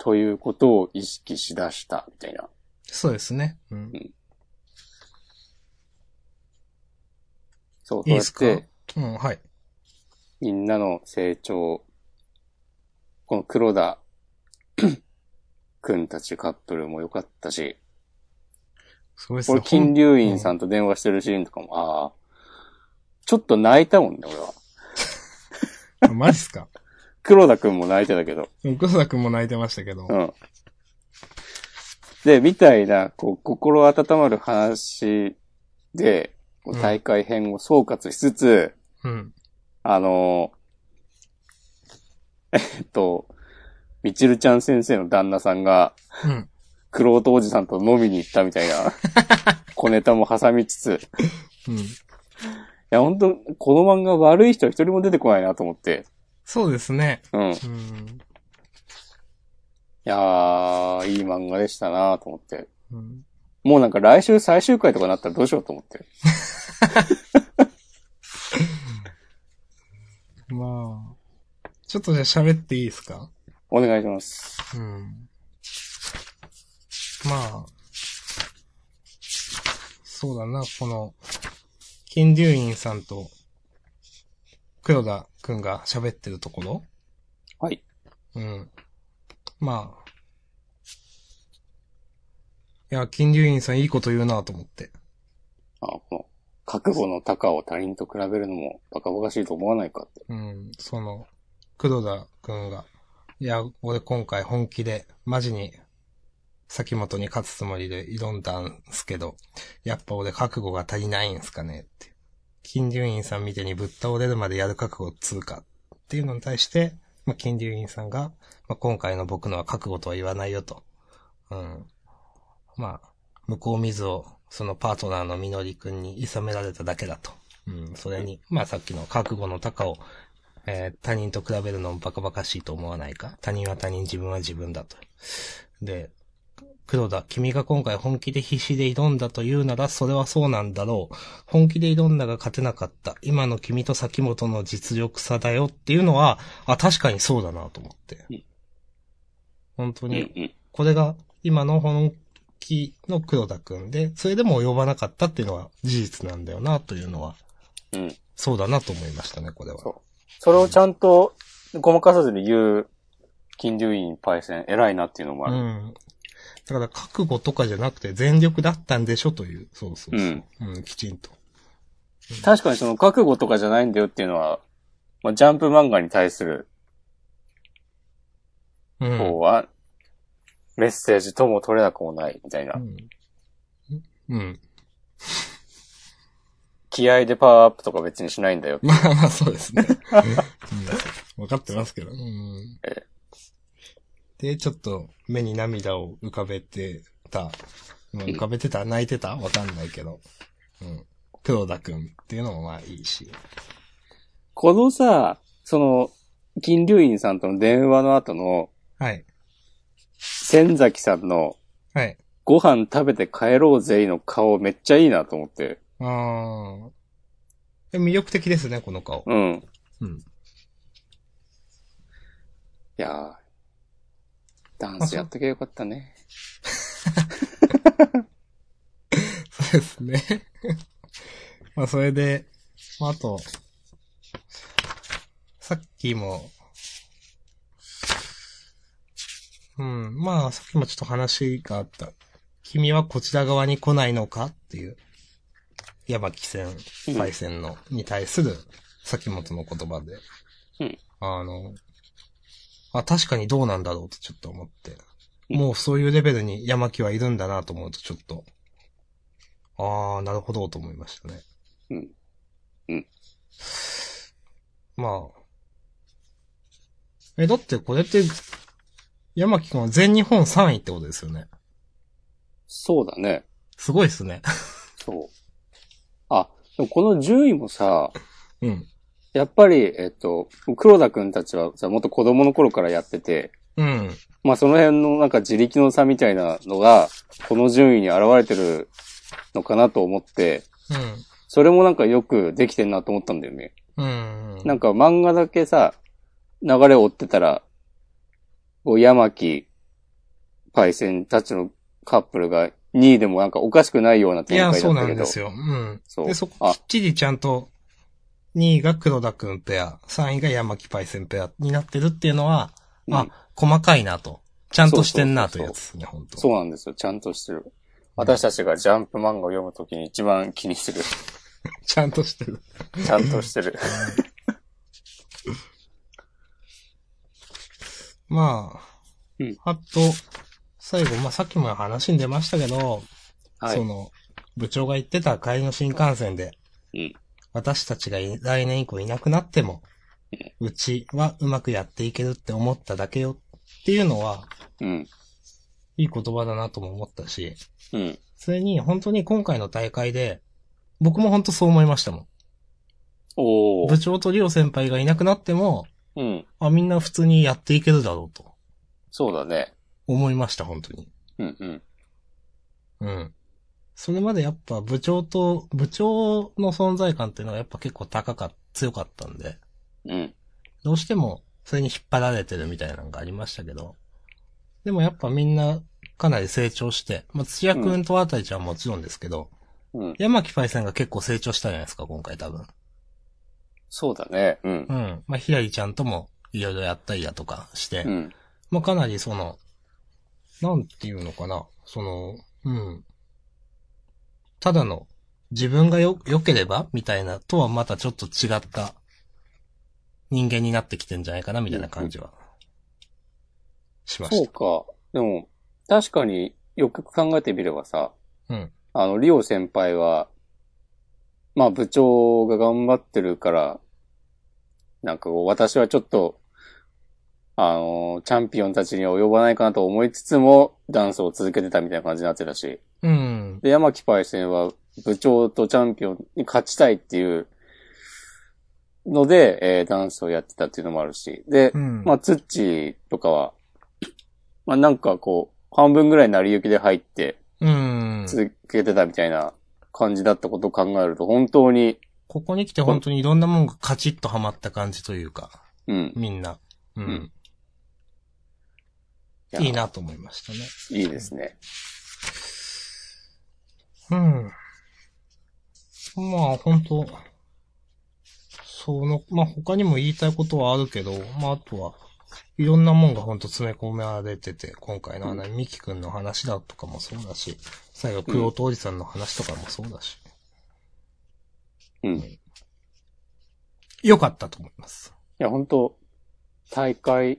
A: ということを意識しだした、みたいな。
B: そうですね。うん。
A: そう、
B: い
A: そ
B: い
A: うや
B: で
A: っ
B: すか
A: て、
B: うん、はい。
A: みんなの成長、この黒田 [COUGHS] くんたちカップルも良かったし、
B: すごいですね
A: 俺、。金龍院さんと電話してるシーンとかも、ああ、ちょっと泣いたもんね、俺は。
B: ほん [LAUGHS] マジっすか
A: 黒田くんも泣いてたけど、
B: うん黒田くんも泣いてましたけど。
A: うん。で、みたいな、こう、心温まる話で、こう大会編を総括しつつ、
B: うん。
A: あの、 [LAUGHS] えっと、みちるちゃん先生の旦那さんが、
B: うん。
A: クロートおじさんと飲みに行ったみたいな、 [LAUGHS] 小ネタも挟みつつ、い
B: うん。
A: や、本当この漫画悪い人は一人も出てこないなと思って、
B: そうですね。
A: うん。い
B: うん。
A: やー、いい漫画でしたなと思って。
B: うん
A: もうなんか来週最終回とかなったらどうしようと思って。
B: まあ。ちょっとじゃあ喋っていいですか
A: お願いします。
B: うん。まあ。そうだな、この、金龍院さんと、黒田くんが喋ってるところ
A: はい。
B: うん。まあ。いや、金龍院さんいいこと言うなと思って。
A: あこの、覚悟の高を他人と比べるのもバカバカしいと思わないかって。
B: うん、その、黒田くんが、いや、俺今回本気で、マジに、先元に勝つつもりで挑んだんすけど、やっぱ俺覚悟が足りないんすかねって。金龍院さんみたいにぶっ倒れるまでやる覚悟っつうかっていうのに対して、まあ、金龍院さんが、まあ、今回の僕のは覚悟とは言わないよと。うん。まあ、向こう水を、そのパートナーのみのりくんに諌められただけだと。うん、それに、まあさっきの覚悟の高をえー他人と比べるのもバカバカしいと思わないか他人は他人、自分は自分だと。で、黒田、君が今回本気で必死で挑んだというなら、それはそうなんだろう。本気で挑んだが勝てなかった。今の君と先元の実力差だよっていうのは、あ、確かにそうだなと思って
A: うん。
B: 本当
A: うん
B: に、
A: うん。
B: これが今の本気の黒田くんで、それでも及ばなかったっていうのは事実なんだよなというのは、
A: うん。
B: そうだなと思いましたね、これは。
A: それをちゃんとごまかさずに言う、金龍院パイセン、偉いなっていうのもあ
B: う
A: る。
B: ん。だから覚悟とかじゃなくて全力だったんでしょという。そうそうそう。うん、きちんと。
A: 確かにその覚悟とかじゃないんだよっていうのは、まあ、ジャンプ漫画に対する
B: うん。
A: 方は、メッセージとも取れなくもないみたいな。
B: うんうん。
A: 気合でパワーアップとか別にしないんだよ。
B: まあ [LAUGHS] まあそうですね。うん、分かってますけど。うん
A: え、
B: で、ちょっと目に涙を浮かべてた。まあ浮かべてた泣いてたわかんないけど。うん。黒田くんっていうのもまあいいし。
A: このさ、その、金龍院さんとの電話の後の、
B: はい。
A: 千崎さんの、
B: はい。
A: ご飯食べて帰ろうぜいの顔めっちゃいいなと思って。
B: あー。で魅力的ですね、この顔。
A: うん。い
B: うん。
A: やーダンスやっときゃよかったね。
B: [LAUGHS] そうですね。まあ、それで、まあ、あと、さっきも、うん。まあ、さっきもちょっと話があった。君はこちら側に来ないのかっていう、矢吹戦、敗戦の、に対する、さきもとの言葉で。
A: うん
B: あの、あ、確かにどうなんだろうとちょっと思って。
A: うん
B: もうそういうレベルに山木はいるんだなと思うとちょっと、あー、なるほどと思いましたね。
A: うんうん。
B: まあ。え、だってこれって、山木くんは全日本3位ってことですよね。
A: そうだね。
B: すごいですね。
A: そう。あ、でもこの順位もさ、
B: うん。
A: やっぱり、えっと、黒田くんたちはさ、もっと子供の頃からやってて、
B: うん。
A: まあその辺のなんか自力の差みたいなのが、この順位に現れてるのかなと思って、それもなんかよくできてんなと思ったんだよね。
B: うん。うん。
A: なんか漫画だけさ、流れを追ってたら、こう、山木、パイセンたちのカップルが2位でもなんかおかしくないようない展
B: や、
A: 開だ
B: そう
A: った
B: な
A: け
B: ん
A: ど。
B: ですよ。うん。
A: そう
B: で、そこ
A: あ
B: きっちりちゃんと、2位が黒田くんペア、3位が山木パイセンペアになってるっていうのは、
A: うん
B: あ、細かいなと。ちゃんとしてんなと
A: そうそ
B: いうや
A: う
B: つですね、本当
A: そうなんですよ。ちゃんとしてる。私たちがジャンプ漫画を読むときに一番気にす [LAUGHS] る。
B: ちゃんとしてる。
A: ちゃんとしてる。
B: まあ、
A: うん
B: あと、最後、まあさっきも話に出ましたけど、
A: は
B: そ
A: い。
B: の、部長が言ってた帰りの新幹線で、
A: うん
B: 私たちがい来年以降いなくなっても、うちはうまくやっていけるって思っただけよっていうのは、
A: うん。
B: いい言葉だなとも思ったし、
A: うん。
B: それに本当に今回の大会で、僕も本当そう思いましたも
A: おー
B: ん。部。長とリオ先輩がいなくなっても、
A: うん。
B: あ、みんな普通にやっていけるだろうと
A: そうだね。
B: 思いました、本当に。
A: うんうん。
B: うん。それまでやっぱ部長と、部長の存在感っていうのがやっぱ結構高かっ、強かったんで、
A: うん。
B: どうしてもそれに引っ張られてるみたいなのがありましたけど、でもやっぱみんなかなり成長して、まあ、土屋くんとあたりちゃんはもちろんですけど、
A: うん。
B: 山木パイセンが結構成長したじゃないですか、今回多分。
A: そうだね。うん
B: う。ん。まあ、ひらりちゃんともいろいろやったりだとかして、
A: うん。
B: まあ、かなりその、なんていうのかな、その、うん。ただの、自分がよ、良ければみたいな、とはまたちょっと違った人間になってきてんじゃないかな、みたいな感じは、しま
A: そう
B: し
A: か。でも、確かによく考えてみればさ、
B: た。うん。
A: あの、リオ先輩は、まあ部長が頑張ってるから、なんかこう、私はちょっと、あの、チャンピオンたちには及ばないかなと思いつつも、ダンスを続けてたみたいな感じになってたし。
B: うん。
A: で、山木パイセンは部長とチャンピオンに勝ちたいっていうので、えーダンスをやってたっていうのもあるし。で、
B: うん。
A: まあ、ツッチーとかは、まあ、なんかこう、半分ぐらい成り行きで入って
B: うん。
A: 続けてたみたいな感じだったことを考えると、本当に、
B: ここに来て本当にいろんなもんがカチッとハマった感じというか、
A: うん、
B: みんな。う
A: うんん。いや
B: いいなと思いましたね。
A: いいですね。
B: うん。まあ、本当その、まあ他にも言いたいことはあるけど、まああとは、いろんなもんが本当詰め込められてて、今回のあの、ミキ君の話だとかもそうだし、最後、黒通りさんの話とかもそうだし、
A: うん。
B: ん
A: い
B: 良かったと思います。
A: や、本当大会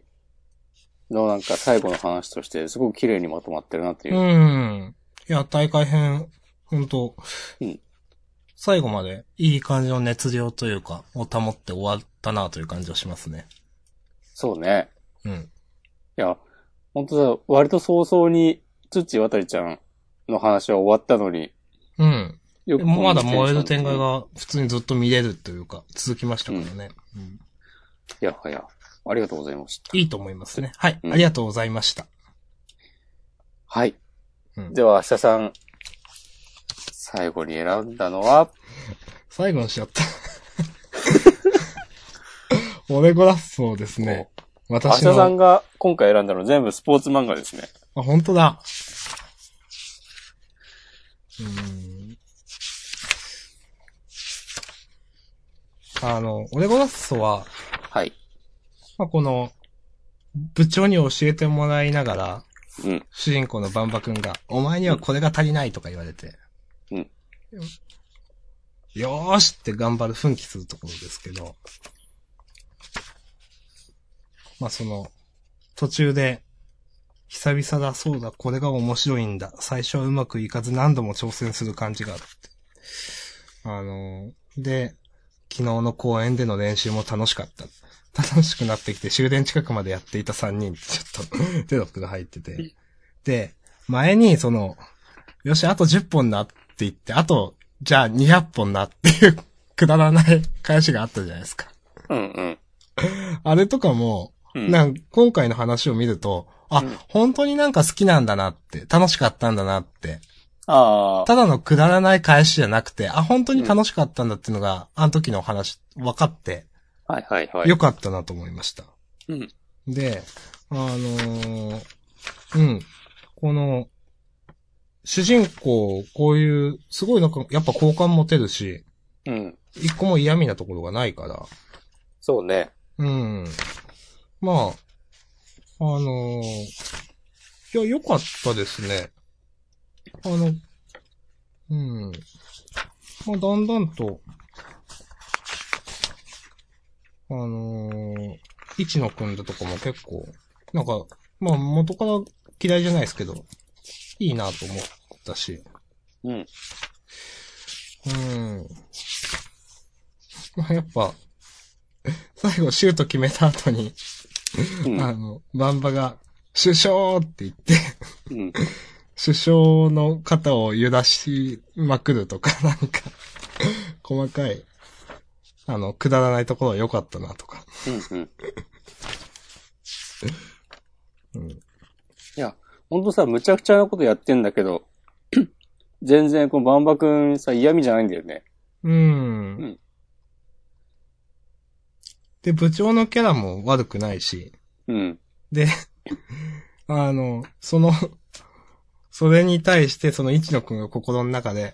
A: のなんか最後の話として、すごく綺麗にまとまってるなっていうう。
B: ん。いや、大会編、本当
A: うん
B: 最後までいい感じの熱量というか、を保って終わったなという感じはしますね。
A: そうね。
B: うん。
A: いや、本当だ、割と早々に、ツッチー渡りちゃんの話は終わったのに、
B: うん。
A: よ
B: で
A: く
B: もまだ
A: この
B: 燃える
A: テンション
B: 展
A: で
B: 開。が普通にずっと見れるというか、続きましたからね。うん
A: いやはや、ありがとうございました。
B: いいと思いますね。はい、
A: うん
B: ありがとうございました。
A: はい。
B: うん
A: では、明日さん、最後に選んだのは、
B: 最後にしちゃった。 [LAUGHS] オレゴラッソーですね。
A: 明
B: 私
A: 日さん
B: の、
A: が今回選んだの全部スポーツ漫画ですね。
B: あ、本当だ。うーんあの、オレゴラッソーは、
A: はい。
B: まあ、この、部長に教えてもらいながら、
A: うん。
B: 主人公のバンバ君が、お前にはこれが足りないとか言われて。
A: うん
B: よーしって頑張る、奮起するところですけど。まあその、途中で、久々だ、そうだ、これが面白いんだ。最初はうまくいかず何度も挑戦する感じがあって。あのー、で、昨日の公演での練習も楽しかった。楽しくなってきて終電近くまでやっていた3人ってちょっと [LAUGHS] テロップが入ってて。で、前にその、よし、あと10本なって言って、あと、じゃあ200本なっていうくだらない返しがあったじゃないですか。
A: うんうん。
B: あれとかも、
A: うん。
B: なん今回の話を見ると、あ、
A: うん
B: 本当になんか好きなんだなって、楽しかったんだなって、
A: ああ。
B: ただのくだらない返しじゃなくて、あ、本当に楽しかったんだっていうのが、あの時のお話、分かって、
A: はいはいはい。
B: 良かったなと思いました。
A: うん。
B: で、あのーうん。この、主人公、こういう、すごいなんか、やっぱ好感持てるし、
A: うん。
B: 一個も嫌味なところがないから、
A: そうね。
B: うん。まあ、あのーいや、良かったですね。あの、うん。まあ、だんだんと、あのー、一野くんだとかも結構、なんか、まあ、元から嫌いじゃないですけど、いいなと思ったし、
A: うん。
B: うん。まあ、やっぱ、最後シュート決めた後に、
A: うん。
B: あの、バンバが、首相って言って、
A: うん。
B: 首相の肩を揺らしまくるとか、なんか、 [LAUGHS] 細かい、あの、くだらないところは良かったなとか。
A: うん。うん。
B: うん。
A: いや、ほんとさ、むちゃくちゃなことやってんだけど、全然、このバンバ君さ、嫌味じゃないんだよね。
B: うん。
A: うん
B: で、部長のキャラも悪くないし、
A: うん。
B: で、あの、その、 [LAUGHS] それに対して、その一野くんが心の中で、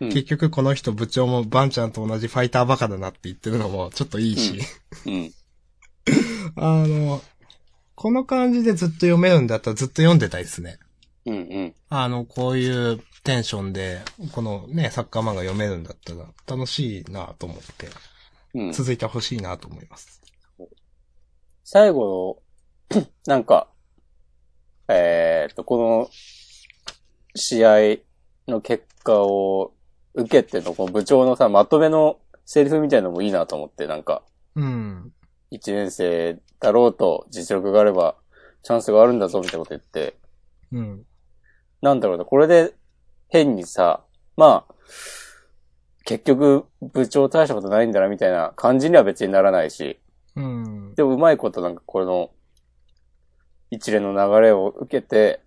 A: うん
B: 結局この人部長もバンちゃんと同じファイターバカだなって言ってるのもちょっといいし、
A: うん。
B: あの、この感じでずっと読めるんだったらずっと読んでたいですね。
A: うん。うん。
B: あの、こういうテンションで、このね、サッカー漫画読めるんだったら楽しいなと思って、
A: うん。
B: 続いてほしいなと思います。
A: 最後の、 [CLEARS THROAT] なんか、えーっと、この試合の結果を受けての、この部長のさ、まとめのセリフみたいのもいいなと思って、なんか、
B: うん。
A: 一年生だろうと実力があればチャンスがあるんだぞ、みたいなこと言って、
B: うん。
A: なんだろうな、これで変にさ、まあ、結局部長大したことないんだな、みたいな感じには別にならないし、
B: うん。
A: でもうまいことなんかこの一連の流れを受けて、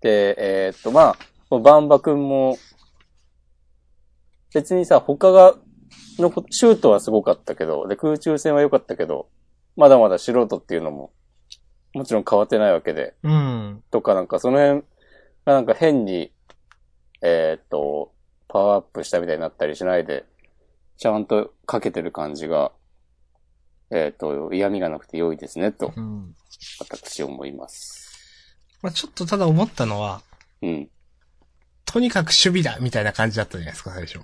A: で、えーっと、まあ、バンバ君も、別にさ、他が、のこシュートはすごかったけど、で、空中戦は良かったけど、まだまだ素人っていうのも、もちろん変わってないわけで、
B: うん。
A: とかなんかその辺がなんか変に、えーっと、パワーアップしたみたいになったりしないで、ちゃんとかけてる感じが、えーっと、嫌味がなくて良いですね、と
B: うん。
A: 私思います。
B: まあちょっとただ思ったのは、
A: うん。
B: とにかく守備だみたいな感じだったじゃないですか、最初。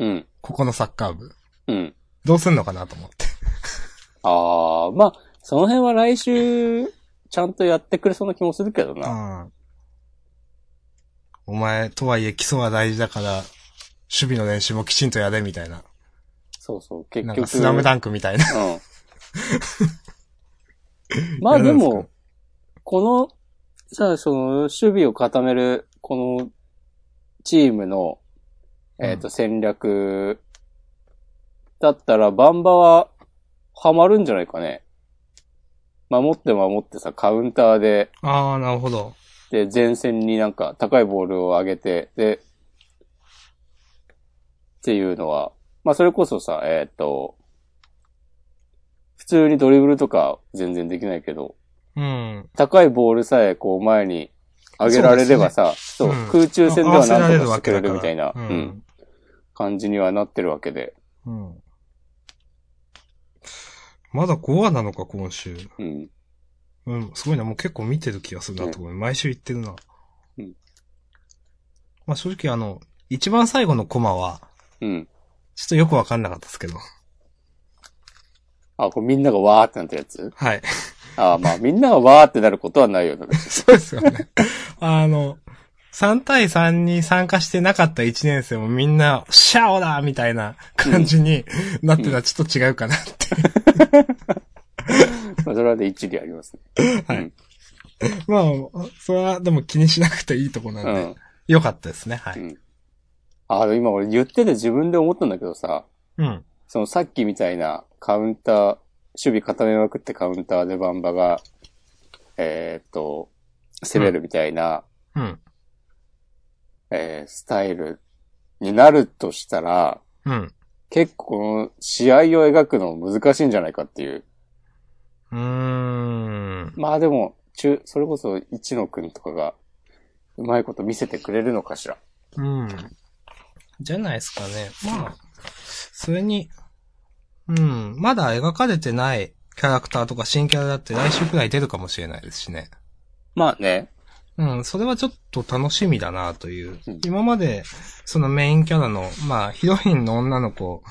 A: うん。
B: ここのサッカー部。
A: うん。
B: どうすんのかなと思って。
A: あー、まあ、その辺は来週、ちゃんとやってくれそうな気もするけどな。
B: ん。お前、とはいえ基礎は大事だから、守備の練習もきちんとやれみたいな。
A: そうそう、結
B: なん
A: 局。
B: かスラムダンクみたいな。
A: うん。まあ
B: [LAUGHS]
A: で
B: やるん
A: も
B: で、
A: この、さ、その、守備を固める、この、チームの、えっ、と、
B: う
A: 戦略、だったら、バンバは、ハマるんじゃないかね。守って守ってさ、カウンターで、
B: ああ、なるほど。
A: で、前線になんか高いボールを上げて、で、っていうのは、まあそれこそさ、えーっと、普通にドリブルとか全然できないけど、
B: うん。
A: 高いボールさえこう前に上げられればさ、そう,、
B: うん
A: 空中戦で
B: 合
A: は
B: わせら
A: な
B: れ
A: んと
B: る
A: かし
B: わ
A: て
B: け
A: くれ
B: だか
A: る
B: ら
A: みたいな、
B: う
A: うん
B: ん。
A: 感じにはなってるわけで。
B: うん。まだ5話なのか、今週。
A: うん。
B: うん、すごいな。もう結構見てる気がするなと思う。毎週言ってるな。
A: うん
B: まあ正直あの、一番最後のコマは、
A: うん。
B: ちょっとよくわかんなかったですけど。
A: あ、これみんながわーってなったやつ
B: はい。
A: あ [LAUGHS] まあみんながわーってなることはないよね。
B: そうですよね。あの、3対3に参加してなかった1年生もみんな、シャオだみたいな感じになってたらちょっと違うかなって。
A: まあそれはで一理ありますね。 [LAUGHS]
B: まあ、それはでも気にしなくていいとこなん
A: う
B: で、
A: ん。
B: よかったですね。は
A: う
B: い。
A: ん。あの、今俺言ってて自分で思ったんだけどさ、
B: うん。
A: そのさっきみたいなカウンター、守備固めまくってカウンターでバンバが、えーっと、攻めるみたいな、
B: うん。
A: えースタイルになるとしたら、
B: うん。
A: 結構この試合を描くの難しいんじゃないかっていう。
B: うーん。
A: まあでも、中、それこそ一野くんとかが、うまいこと見せてくれるのかしら。
B: うん。じゃないですかね。まあ、それに、うん、まだ描かれてないキャラクターとか新キャラだって来週くらい出るかもしれないですしね。
A: まあね。
B: うん、それはちょっと楽しみだなという
A: うん。
B: 今まで、そのメインキャラの、まあ、ヒロインの女の子、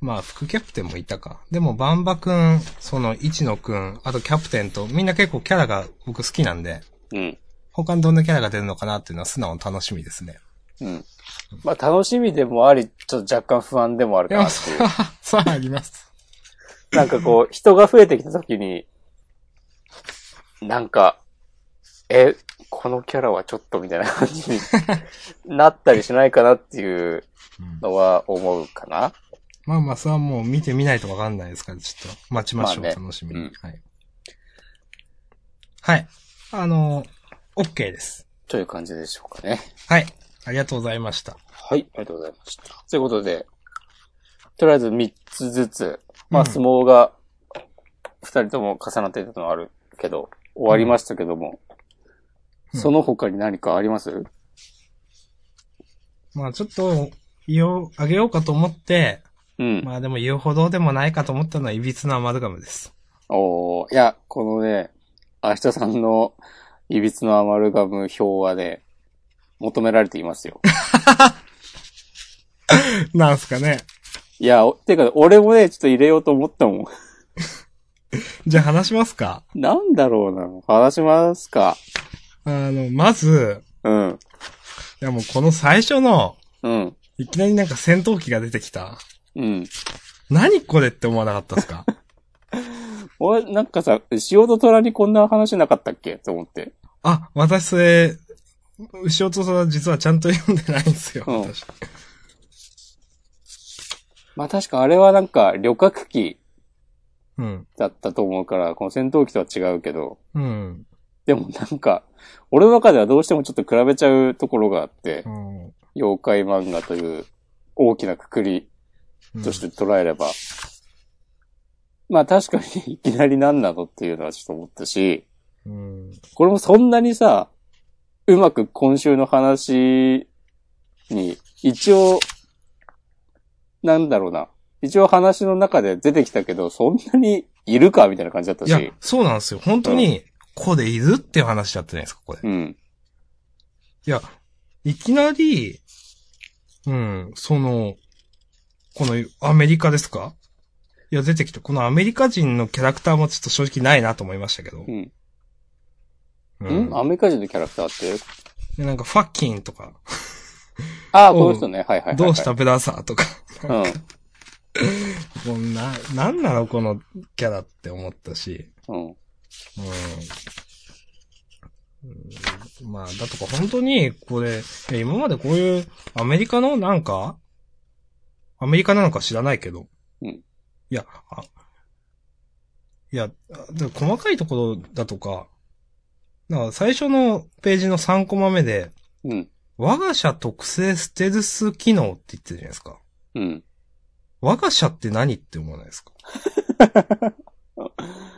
B: まあ、副キャプテンもいたか。でも、バンバくん、その、一野くん、あとキャプテンと、みんな結構キャラが僕好きなんで、
A: うん。
B: 他にどんなキャラが出るのかなっていうのは素直に楽しみですね。
A: うん。まあ楽しみでもあり、ちょっと若干不安でもある
B: い
A: かな
B: や、
A: って
B: そ
A: いう
B: れ。は、 [LAUGHS] それはあります。
A: なんかこう、人が増えてきた時に、なんか、え、このキャラはちょっとみたいな感じになったりしないかなっていうのは思うかな。
B: まあまあ、それはもう見てみないとわかんないですから、ちょっと待ちましょう、
A: まあね
B: 楽しみに、
A: うん
B: はい。はい。あのー、OK です。
A: という感じでしょうかね。
B: はい。ありがとうございました。
A: はい、ありがとうございました。ということで、とりあえず3つずつ、ま
B: う
A: あ
B: ん
A: 相撲が2人とも重なっていたのはあるけど、終わりましたけども、
B: うん
A: その他に何かあります
B: まあちょっと、言おう、あげようかと思って、
A: うん。
B: まあでも言うほどでもないかと思ったのは、いびつなアマルガムです。
A: おーいや、このね、明日さんのいびつのアマルガム表はね、求められてい [LAUGHS] ますよ。
B: なんすかね。
A: いや、おてか、俺もね、ちょっと入れようと思ったもん。 [LAUGHS]
B: じゃあ話しますか。
A: なんだろうな、話しますか。
B: あの、まず、
A: うん。
B: いやもうこの最初の、
A: うん。
B: いきなりなんか戦闘機が出てきた。
A: うん。
B: 何これって思わなかったです [LAUGHS] か
A: 俺、なんかさ、塩と虎にこんな話なかったっけと思って。
B: あ、私それ、牛音さん実はちゃんと読んでないんですよ。
A: うん
B: 私
A: まあ確かあれはなんか旅客機
B: うん。
A: だったと思うから、この戦闘機とは違うけど、
B: うん。
A: でもなんか、俺の中ではどうしてもちょっと比べちゃうところがあって
B: う、ん。
A: 妖怪漫画という大きなくくり
B: うん
A: として捉えれば、まあ確かにいきなり何なのっていうのはちょっと思ったし、
B: うん。
A: これもそんなにさ、うまく今週の話に、一応、なんだろうな。一応話の中で出てきたけど、そんなにいるかみたいな感じだった
B: いや
A: し。、
B: そうなんですよ。本当に、これいるっていう話だったじゃないですか、これ。
A: うん。
B: いや、いきなり、うん、その、このアメリカですかいや、出てきた。このアメリカ人のキャラクターもちょっと正直ないなと思いましたけ
A: う。
B: ど
A: ん。
B: うん
A: アメリカ人のキャラクターって
B: でなんか、ファッキンとか、
A: ああ、この人ね。はいはいはい、はい。
B: どうしたブラザーとか。
A: うん。
B: こんな、なんなのこのキャラって思ったし。
A: うん。
B: うん。まあ、だとか本当に、これ、いや今までこういうアメリカのなんか、アメリカなのか知らないけど。
A: うん
B: いや、あいや、あでも細かいところだとか、だから最初のページの3コマ目で、
A: うん。
B: 我が社特製ステルス機能って言ってるじゃないですか。
A: うん。
B: 我が社って何って思わない [LAUGHS] ですか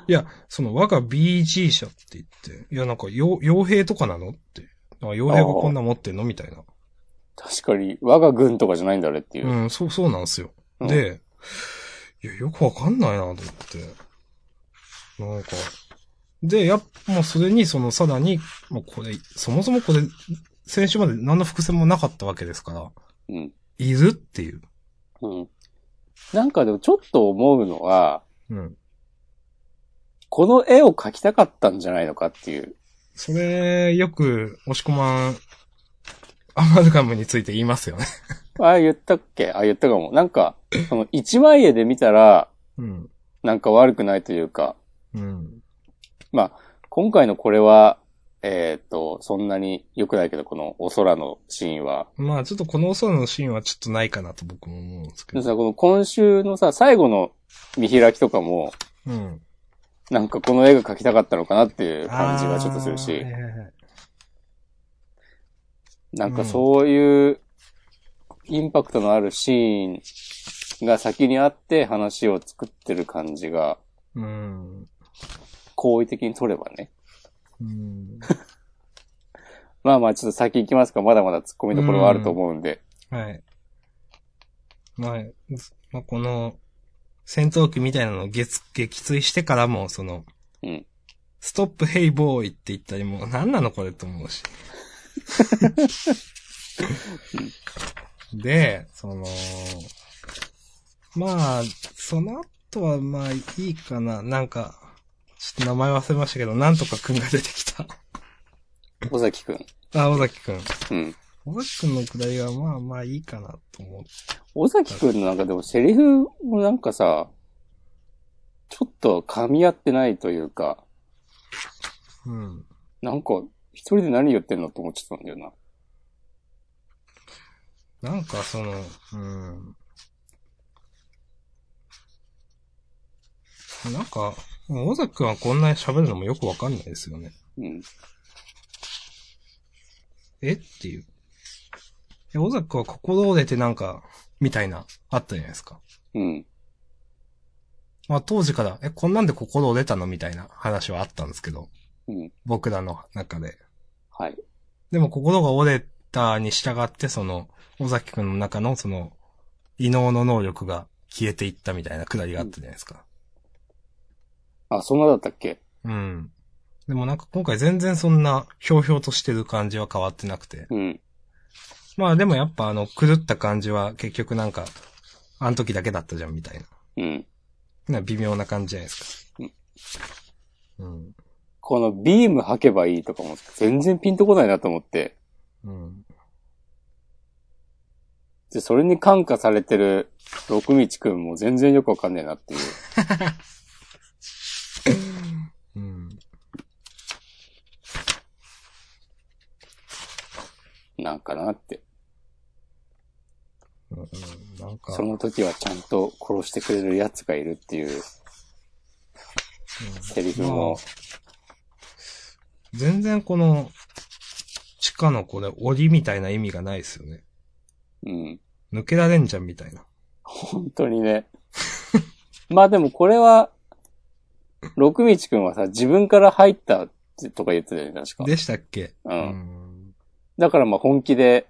B: いや、その我が BG 社って言って、いやなんか傭傭兵とかなのって。あ傭兵がこんな持ってんのみたいな。
A: 確かに、我が軍とかじゃないんだ、あれっていう。
B: うん、そう、そうなんですよ。
A: うん
B: で、いや、よくわかんないなと思って。なんか。で、やっぱ、もうそれに、その、さらに、もうこれ、そもそもこれ、先週まで何の伏線もなかったわけですから、
A: うん。
B: いるっていう。
A: うん。なんかでもちょっと思うのは、
B: うん。
A: この絵を描きたかったんじゃないのかっていう。
B: それ、よく、押し込まん、アマルガムについて言いますよね。
A: あ、言ったっけあ、言ったかも。なんか、その一枚絵で見たら、
B: うん。
A: なんか悪くないというか、
B: うん。
A: まあ、今回のこれは、えっ、と、そんなに良くないけど、このお空のシーンは。
B: まあ、ちょっとこのお空のシーンはちょっとないかなと僕も思うんですけ
A: で
B: ど。
A: さ、この今週のさ、最後の見開きとかも、
B: うん。
A: なんかこの絵が描きたかったのかなっていう感じがちょっとする
B: あー
A: し
B: はい、はいはい
A: なんかそういうインパクトのあるシーンが先にあって話を作ってる感じが、
B: うん。
A: 好意的に取ればね。
B: うん。
A: まあまあちょっと先行きますか。まだまだ突っ込みどころはあると思うんで。
B: はい。まあ、まあ、この、戦闘機みたいなのを撃撃墜してからも、その、
A: うん
B: ストップヘイボーイって言ったりも、何なのこれと思うし。で、その、まあ、その後はまあいいかな。なんか、ちょっと名前忘れましたけど、なんとかくんが出てきた。
A: 尾崎くん。
B: あ、尾崎くん。
A: うん。
B: 尾崎くんのくだりはまあまあいいかなと思って。
A: 尾崎くんのなんかでもセリフもなんかさ、ちょっと噛み合ってないというか、
B: うん。
A: なんか一人で何言ってんのって思っちゃったんだよな。
B: なんかその、うん。なんか、尾崎くんはこんなに喋るのもよくわかんないですよね。
A: うん。
B: えっていう。え、尾崎くんは心折れてなんか、みたいな、あったじゃないですか。
A: うん。
B: まあ当時から、え、こんなんで心折れたのみたいな話はあったんですけど、
A: うん。
B: 僕らの中で。
A: はい。
B: でも心が折れたに従って、その、尾崎くんの中のその、異能の能力が消えていったみたいなくだりがあったじゃないですか。
A: あ、そんなだったっけ
B: うん。でもなんか今回全然そんな、ひょうひょうとしてる感じは変わってなくて。
A: うん。
B: まあでもやっぱあの、狂った感じは結局なんか、あの時だけだったじゃんみたいな。
A: うん。
B: な微妙な感じじゃないですか。うん。
A: このビーム吐けばいいとかも全然ピンとこないなと思って。
B: うん。
A: で、それに感化されてる六道くんも全然よくわかんねえなっていう。
B: うん。
A: なんかなって。
B: うんなんか、
A: その時はちゃんと殺してくれる奴がいるっていうセリフも。
B: 全然この、地下のこれ、檻みたいな意味がないですよね。
A: うん。
B: 抜けられんじゃんみたいな。
A: 本当にね。 [LAUGHS] まあでもこれは、六道くんはさ、自分から入ったってとか言ってたよね、確か。
B: でしたっけ
A: う。
B: うんん。
A: だからまあ本気で、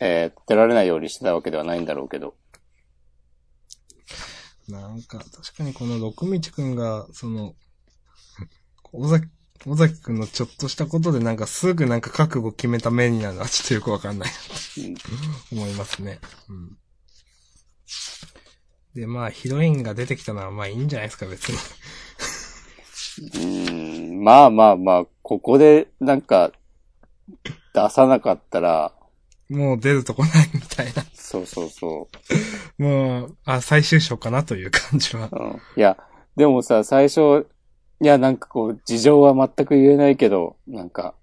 A: えー出られないようにしてたわけではないんだろうけど。
B: なんか、確かにこの六道くんが、その、尾崎、尾崎くんのちょっとしたことでなんかすぐなんか覚悟決めた目になるのはちょっとよくわかんない。思いますね。うん。で、まあ、ヒロインが出てきたのはまあいいんじゃないですか、別
A: う
B: に。
A: ん、まあまあまあ、ここでなんか、出さなかったら、
B: もう出るとこないみたいな。
A: そうそうそ
B: もう、あ、最終章かなという感じは
A: う。。うん。いや、でもさ、最初、いや、なんかこう、事情は全く言えないけど、なんか、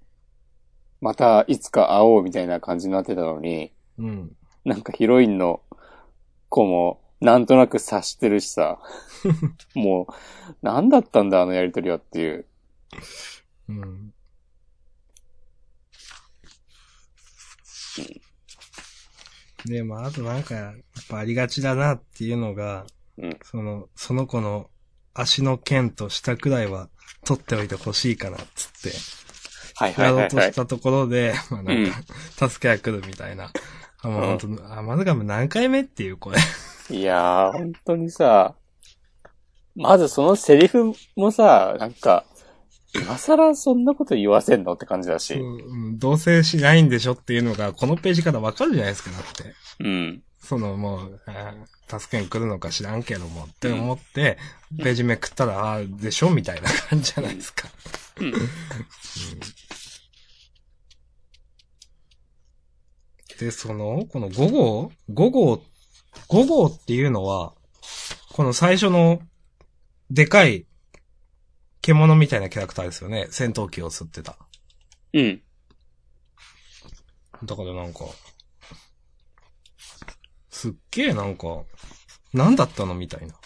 A: またいつか会おうみたいな感じになってたのに、
B: うん。
A: なんかヒロインの子も、なんとなく察してるし [LAUGHS] さ、もう、なんだったんだ、あのやりとりはっていう。
B: うん。で、まあ、あとなんか、やっぱありがちだなっていうのが、
A: うん
B: その、その子の足の剣と下くらいは取っておいてほしいかな、っつって。
A: はいは
B: や
A: いは
B: ろう
A: い、
B: と
A: は
B: し
A: い。
B: たところで、 [LAUGHS] まあなんか、助けが来るみたいな。あ、もう本当、あ、まだかも何回目っていう、これ。
A: いやー、本当にさ、まずそのセリフもさ、なんか、今更そんなこと言わせんのって感じだし。
B: [LAUGHS] うん、同棲しないんでしょっていうのが、このページからわかるじゃないですか、だって。
A: うん。
B: そのもう、あー助けに来るのか知らんけどもって思って、ページめくったら、ああ、でしょみたいな感じじゃないですか。
A: うん
B: で、その、この5号 ?5 号、5号っていうのは、この最初の、でかい、獣みたいなキャラクターですよね。戦闘機を吸ってた。
A: うん。
B: だからなんか、すっげえなんか、なんだったのみたいな。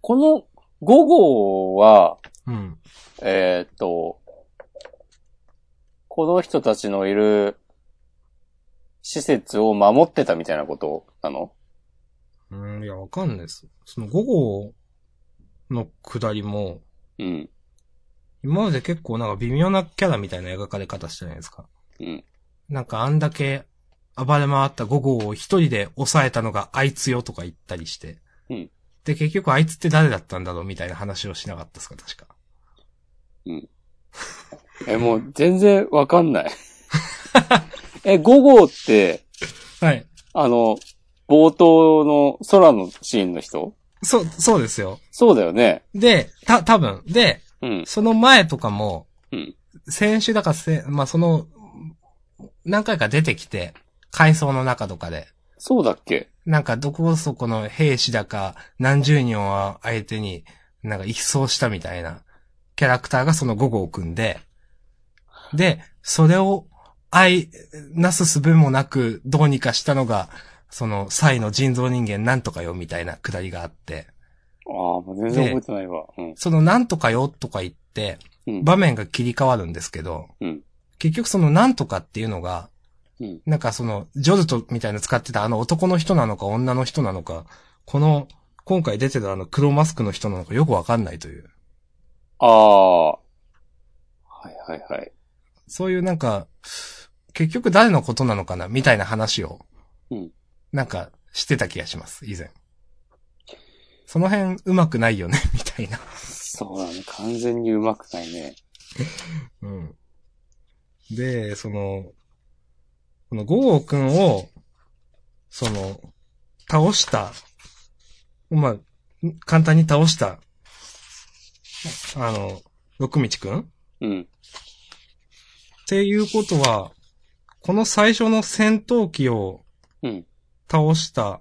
A: この5号は、
B: うん。
A: えーっと、この人たちのいる施設を守ってたみたいなことなの
B: うん、いや、わかんないです。その5号の下りも、
A: うん。
B: 今まで結構なんか微妙なキャラみたいな描かれ方したじゃないですか。
A: うん。
B: なんかあんだけ暴れ回った5号を一人で抑えたのがあいつよとか言ったりして。
A: うん
B: で、結局あいつって誰だったんだろうみたいな話をしなかったですか、確か。
A: え、もう全然わかん [LAUGHS] ない。え、5号って、
B: はい。
A: あの、冒頭の空のシーンの人
B: そう、そうですよ。
A: そうだよね。
B: で、た、多分で、
A: うん。
B: その前とかも、
A: うん
B: 先週だからせ、まあ、その、何回か出てきて、階層の中とかで、
A: そうだっけ
B: なんかどこそこの兵士だか、何十人を相手に、なんか一掃したみたいな、キャラクターがその5号を組んで、で、それを愛、なすすべもなく、どうにかしたのが、その、サイの人造人間なんとかよ、みたいなくだりがあって、
A: ああ、もう全然覚えてないわ。うん。
B: そのなんとかよ、とか言って、
A: うん
B: 場面が切り替わるんですけど、
A: うん。
B: 結局そのなんとかっていうのが、
A: うん
B: なんかその、ジョルトみたいな使ってたあの男の人なのか女の人なのか、この、今回出てたあの黒マスクの人なのかよくわかんないという。
A: ああ。はいはいはい。
B: そういうなんか、結局誰のことなのかなみたいな話を、
A: うん
B: なんか、してた気がします、以前。その辺、うまくないよねみたいな。
A: そうだね。完全にうまくないね。
B: うん。で、その、この五号くんを、その、倒した、まあ、ん簡単に倒した、あの、六道くんっ
A: うん。
B: ていうことは、この最初の戦闘機を
A: うん。
B: 倒した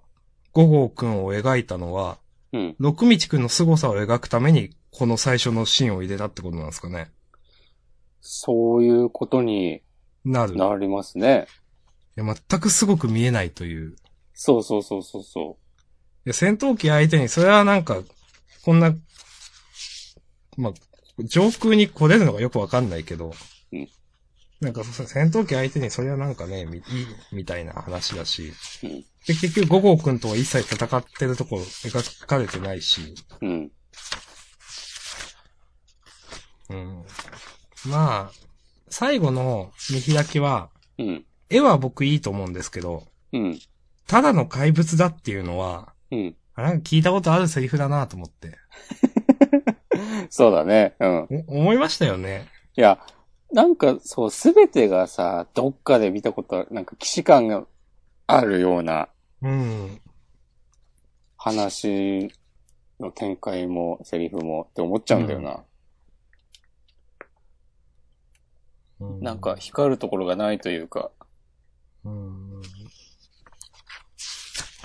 B: 五号くんを描いたのは、
A: うん。
B: 六道くんの凄さを描くために、この最初のシーンを入れたってことなんですかね。
A: そういうことに
B: なる。い
A: なりますね。
B: や全くすごく見えないという。
A: そうそうそうそうそ
B: いや、戦闘機相手に、それはなんか、こんな、まあ、上空に来れるのがよくわかんないけど、
A: うん
B: なんかそ、戦闘機相手に、それはなんかね、み、いいみたいな話だし、
A: う。うん。
B: で、結局、五号くんとは一切戦ってるところ描かれてないし、
A: うん。
B: うん。まあ、最後の見開きは、
A: うん。
B: 絵は僕いいと思うんですけど、
A: うん。
B: ただの怪物だっていうのは、
A: うん。
B: あなんか聞いたことあるセリフだなと思って、
A: そうだね。うん。
B: お思いましたよね。
A: いや、なんかそう、すべてがさ、どっかで見たことある、なんか既視感があるような
B: うん。
A: 話の展開も、セリフもって思っちゃうんだよな。なんか、光るところがないというか、
B: うん、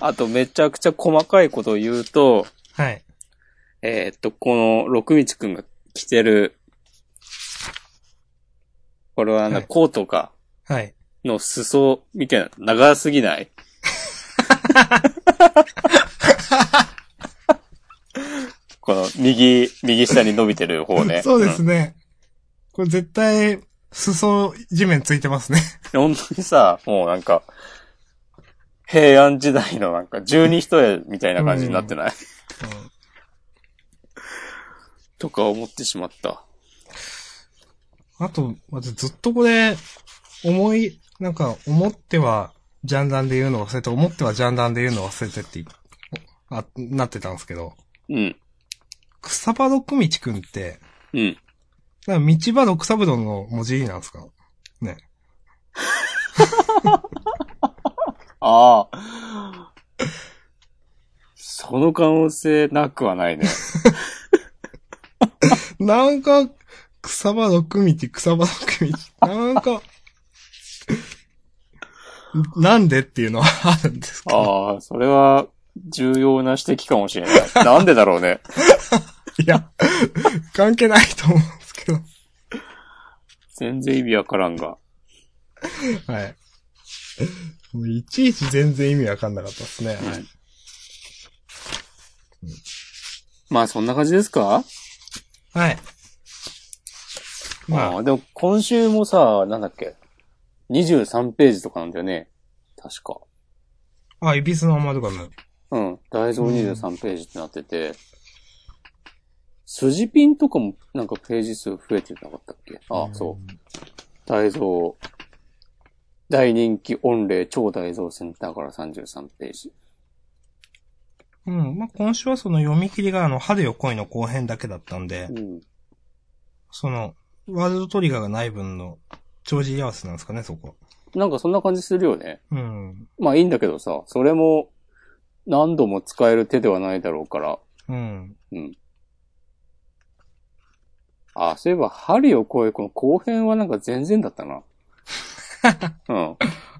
A: あとめちゃくちゃ細かいことを言うと、
B: はい。
A: えーっと、この六道くんが着てる、これはな、
B: はい
A: コートか、
B: はい。。
A: の裾みたいな、長すぎないこの右、右下に伸びてる方ね
B: [LAUGHS] そうですね。これ絶対、裾地面ついてますね。
A: うん。本当にさ、もうなんか、平安時代のなんか十二人重みたいな感じになってない、とか思ってしまった。
B: あと、私ずっとこれ、思い、なんか、思っては、ジャンダンで言うの忘れて、思ってはジャンダンで言うの忘れてって、あ、なってたんですけど、
A: うん。
B: 草場六道くんって、
A: うん。
B: なんか道場六三郎の文字なんですかね。
A: ああ。その可能性なくはないね。
B: なんか、草場六道、草場六 [LAUGHS] 道、なんか、なんでっていうのはあるんですけど。
A: ああ、それは重要な指摘かもしれない。なんでだろうね。
B: [LAUGHS] いや、関係ないと思うんですけど。
A: 全然意味わからんが。
B: はい。もういちいち全然意味わかんなかったですね。
A: はいまあそんな感じですか
B: はい。ま
A: あ
B: あ、
A: ー、でも今週もさ、なんだっけ。23ページとかなんだよね。確か。
B: あ、イビスのアマドガム。
A: うん。大蔵23ページってなってて、筋ピンとかもなんかページ数増えてなかったっけあ、そう。大蔵、大人気御礼超大蔵センターから33ページ。
B: う。うん。まあ、今週はその読み切りがあの、春よ恋の後編だけだったんで
A: う、ん。
B: その、ワールドトリガーがない分の、帳尻合わせなんですかね、そこ。
A: なんかそんな感じするよね。
B: うん。
A: まあいいんだけどさ、それも何度も使える手ではないだろうから、
B: うん。
A: うん。あ、そういえば、針を越え、この後編はなんか全然だったな。うん。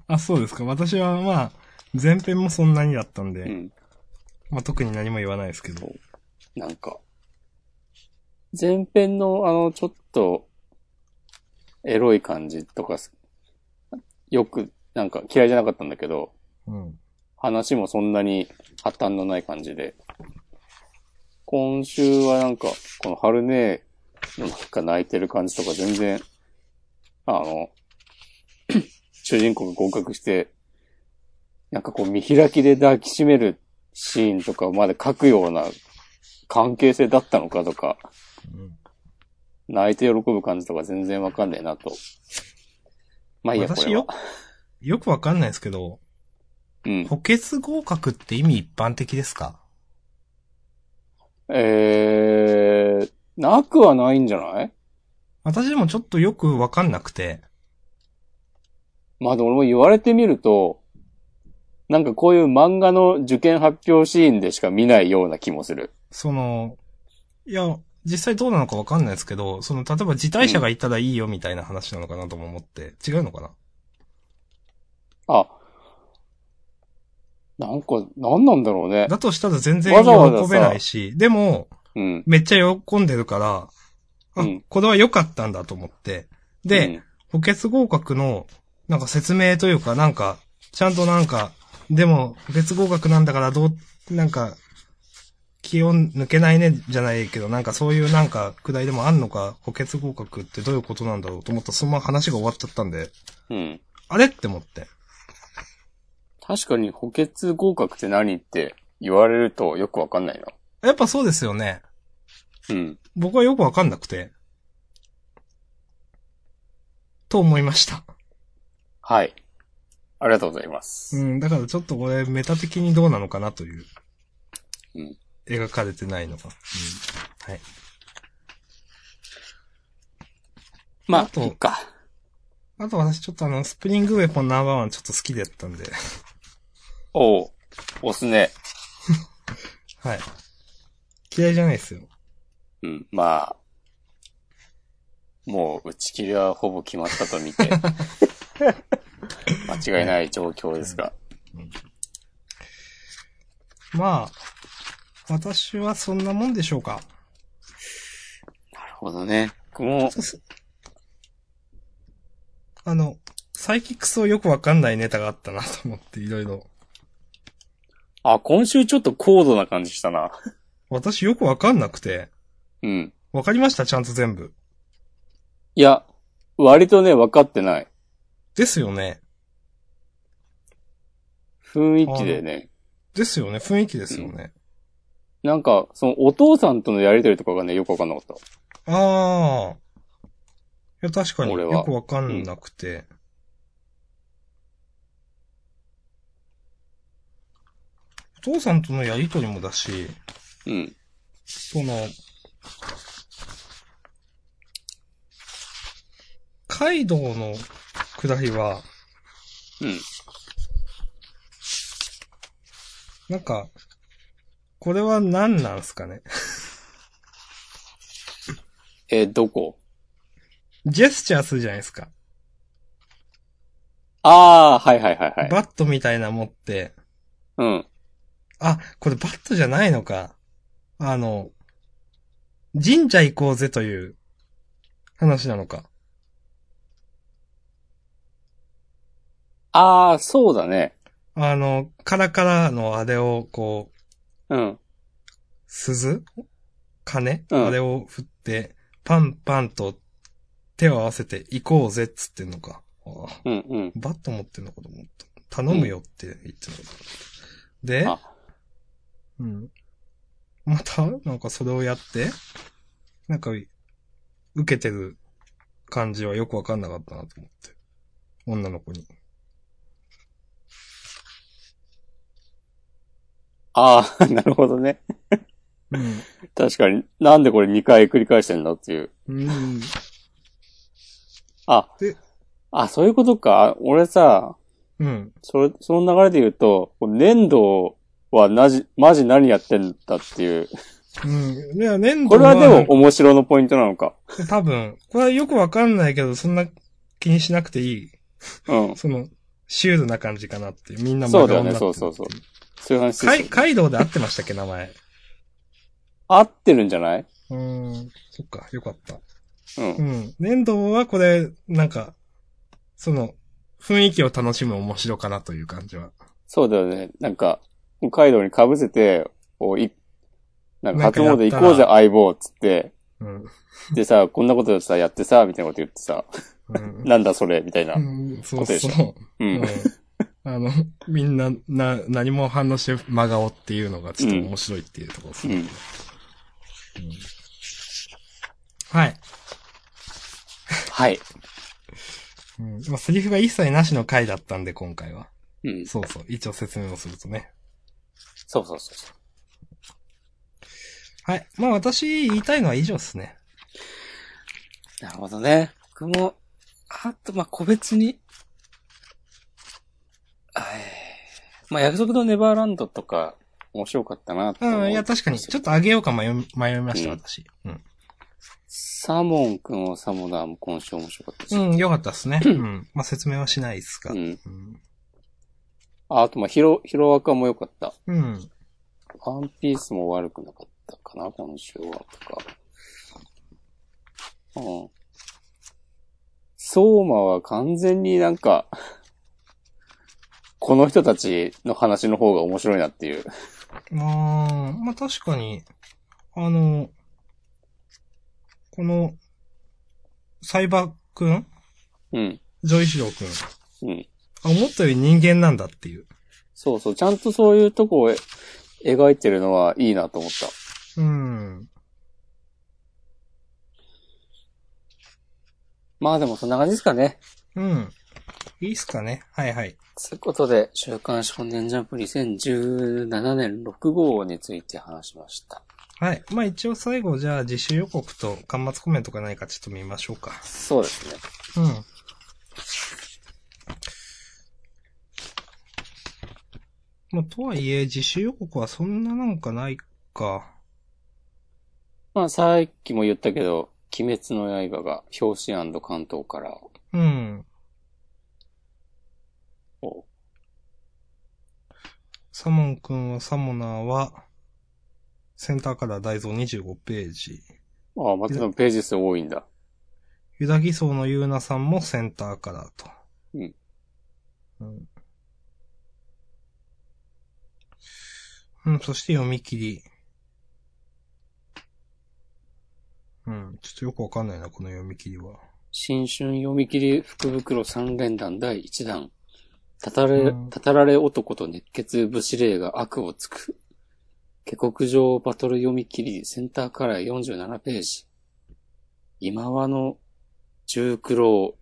B: あ、そうですか。私はまあ、前編もそんなにだったんで、
A: うん。
B: まあ特に何も言わないですけど。
A: なんか、前編のあの、ちょっと、エロい感じとか、よく、なんか嫌いじゃなかったんだけど、
B: うん。
A: 話もそんなに破綻のない感じで。今週はなんか、この春姉のなんか泣いてる感じとか全然、あの、 [CLEARS THROAT] 主人公が合格して、なんかこう見開きで抱きしめるシーンとかまで書くような関係性だったのかとか、
B: うん
A: 泣いて喜ぶ感じとか全然わかんねえなと。まあいいや、これ
B: 私
A: は
B: よ。、よくわかんないですけど、
A: うん。
B: 補欠合格って意味一般的ですか
A: えー、なくはないんじゃない
B: 私でもちょっとよくわかんなくて。
A: まあでも俺も言われてみると、なんかこういう漫画の受験発表シーンでしか見ないような気もする。
B: その、いや、実際どうなのかわかんないですけど、その、例えば辞退者がいたらいいよみたいな話なのかなとも思って、違うのかな
A: あ、なんか、なんなんだろうね。
B: だとしたら全然
A: わざわざさ
B: 喜べないし、でも、
A: うん。
B: めっちゃ喜んでるから、あ、
A: うん
B: これは良かったんだと思って。で、
A: うん、
B: 補欠合格の、なんか説明というか、なんか、ちゃんとなんか、でも、補欠合格なんだからどう、なんか、気を抜けないね、じゃないけど、なんかそういうなんか、くだりでもあんのか、補欠合格ってどういうことなんだろうと思ったら、そのまま話が終わっちゃったんで、
A: うん。
B: あれって思って。
A: 確かに補欠合格って何って言われるとよくわかんないな。
B: やっぱそうですよね。
A: うん。
B: 僕はよくわかんなくて。と思いました。
A: はい。ありがとうございます。
B: うん、だからちょっとこれ、メタ的にどうなのかなという。
A: うん
B: 描かれてないのが。うん。はい。
A: ま
B: あ
A: あ、
B: と
A: いいか。
B: あと私ちょっとあの、スプリングウェポンナンバーワンちょっと好きだったんで。
A: おう、押すね。
B: はい。嫌いじゃないですよ。
A: うん。まあ、もう打ち切りはほぼ決まったと見 [LAUGHS] て、間違いない状況ですが。
B: まあ、私はそんなもんでしょうか。
A: なるほどね。僕も、
B: あの、サイキックスをよくわかんないネタがあったなと思っていろいろ。
A: あ、今週ちょっと高度な感じしたな。
B: 私よくわかんなくて。
A: うん。
B: わかりましたちゃんと全部。
A: いや、割とね、分かってない。
B: ですよね。
A: 雰囲気でね。
B: ですよね。雰囲気ですよね。
A: なんか、そのお父さんとのやりとりとかがね、よく分かんなかった。
B: ああ。いや、確かに
A: 俺は
B: よくわかんなくて。お父さんとのやりとりもだし、
A: うん。
B: その、カイドウの下りは、
A: うん。
B: なんか、これは何なんすかね。
A: えーどこ
B: ジェスチャーするじゃないですか。
A: ああ、はいはいはいはい。
B: バットみたいな持って、
A: うん。
B: あ、これバットじゃないのか。あの、神社行こうぜという話なのか。
A: ああ、そうだね。
B: あの、カラカラのあれをこう、
A: うん。
B: 鈴鐘、
A: うん
B: あれを振って、パンパンと手を合わせて行こうぜっつってんのか。ああ
A: うんうん。
B: バット持ってんのかと思った。頼むよって言ってんのかと思った。で
A: あ、
B: うん。また、なんかそれをやって、なんか、受けてる感じはよくわかんなかったなと思って。女の子に。
A: あ [LAUGHS] あ、なるほどね。
B: うん。
A: 確かに、なんでこれ2回繰り返してんだっていう。
B: うん。
A: あ
B: で、
A: あ、そういうことか。俺さ、
B: うん。
A: それ、その流れで言うと、粘土はなじ、マジ何やってんだっていう。
B: うん。いや、粘
A: こ
B: 土
A: れはでも面白のポイントなのか。
B: 多分、これはよくわかんないけど、そんな気にしなくていい。
A: うん。
B: その、シュールな感じかなっていう。みんな
A: そうだよね
B: 真顔になって
A: そう
B: る
A: そうそういう話ですよ
B: カイ、カイドウで合ってましたっけ、名前。
A: 合ってるんじゃないう
B: ーん。そっか、よかった。
A: うん。
B: うん。粘土はこれ、なんか、その、雰囲気を楽しむ面白かなという感じは。
A: そうだよね。なんか、カイドウに被せて、こう、い、なんか
B: なんか
A: 初
B: やっ
A: 詣
B: たら
A: 行こうぜ相棒っつって、
B: うん。うん
A: でさ、こんなことさ、やってさ、みたいなこと言ってさ、なんだそれ、みたいな。
B: うん。そうそう。
A: う
B: うん
A: ん。。
B: あの、みんな、な、何も反応して真顔っていうのがちょっと面白いっていうところです
A: う
B: ね。
A: ん。
B: はい。
A: はい。
B: うん。まあ、セリフが一切なしの回だったんで、今回は。
A: うん。
B: そうそう。一応説明をするとね。
A: そうそうそうそ
B: はい。まあ、私、言いたいのは以上ですね。
A: う。なるほどね。僕も、あと、まあ、個別に、はい。まあ、約束のネバーランドとか、面白かったなと思
B: うん。いや、確かに、ちょっと上げようか迷い、迷いました、
A: うん
B: 私。うん。
A: サモン君はサモダーも今週面白かったです。
B: うん、よかったですね。うん。まあ、説明はしないですが。
A: う
B: うん。
A: ん。あ、あと、まあ、ヒロ、ヒロアカも良かった。
B: うん。
A: ワンピースも悪くなかったかな、今週は、とか。うん。相馬は完全になんか、 [LAUGHS] この人たちの話の方が面白いなっていう。
B: まあ、まあ確かに、あの、この、サイバーくん
A: うん。
B: ジョイシローくん。
A: うん。
B: あ、思ったより人間なんだっていう。
A: そうそう。ちゃんとそういうとこをえ描いてるのはいいなと思った。
B: うん。
A: まあでもそんな感じですかね。
B: うん。いいっすかねはいはい。
A: ということで、週刊少年ジャンプ2017年6号について話しました。
B: はい。まあ一応最後じゃあ自主予告と端末コメントがないかちょっと見ましょうか。
A: そうですね。
B: うん。まあ、とはいえ、自主予告はそんななんかないか。
A: まあ、さっきも言ったけど、鬼滅の刃が表紙関東から
B: うん。
A: を、
B: サモン君はサモナーは、センターから大蔵25ページ。
A: ああ、またでもページ数多いんだ。
B: ユダギソウのユーナさんもセンターからと。
A: うん
B: うん。うん、そして読み切り。うん、ちょっとよくわかんないな、この読み切りは。
A: 新春読み切り福袋三連弾第一弾。たたれ、
B: うん
A: たたられ男と熱血武士霊が悪をつく。下克上バトル読み切りセンターカラー47ページ。今和の重苦労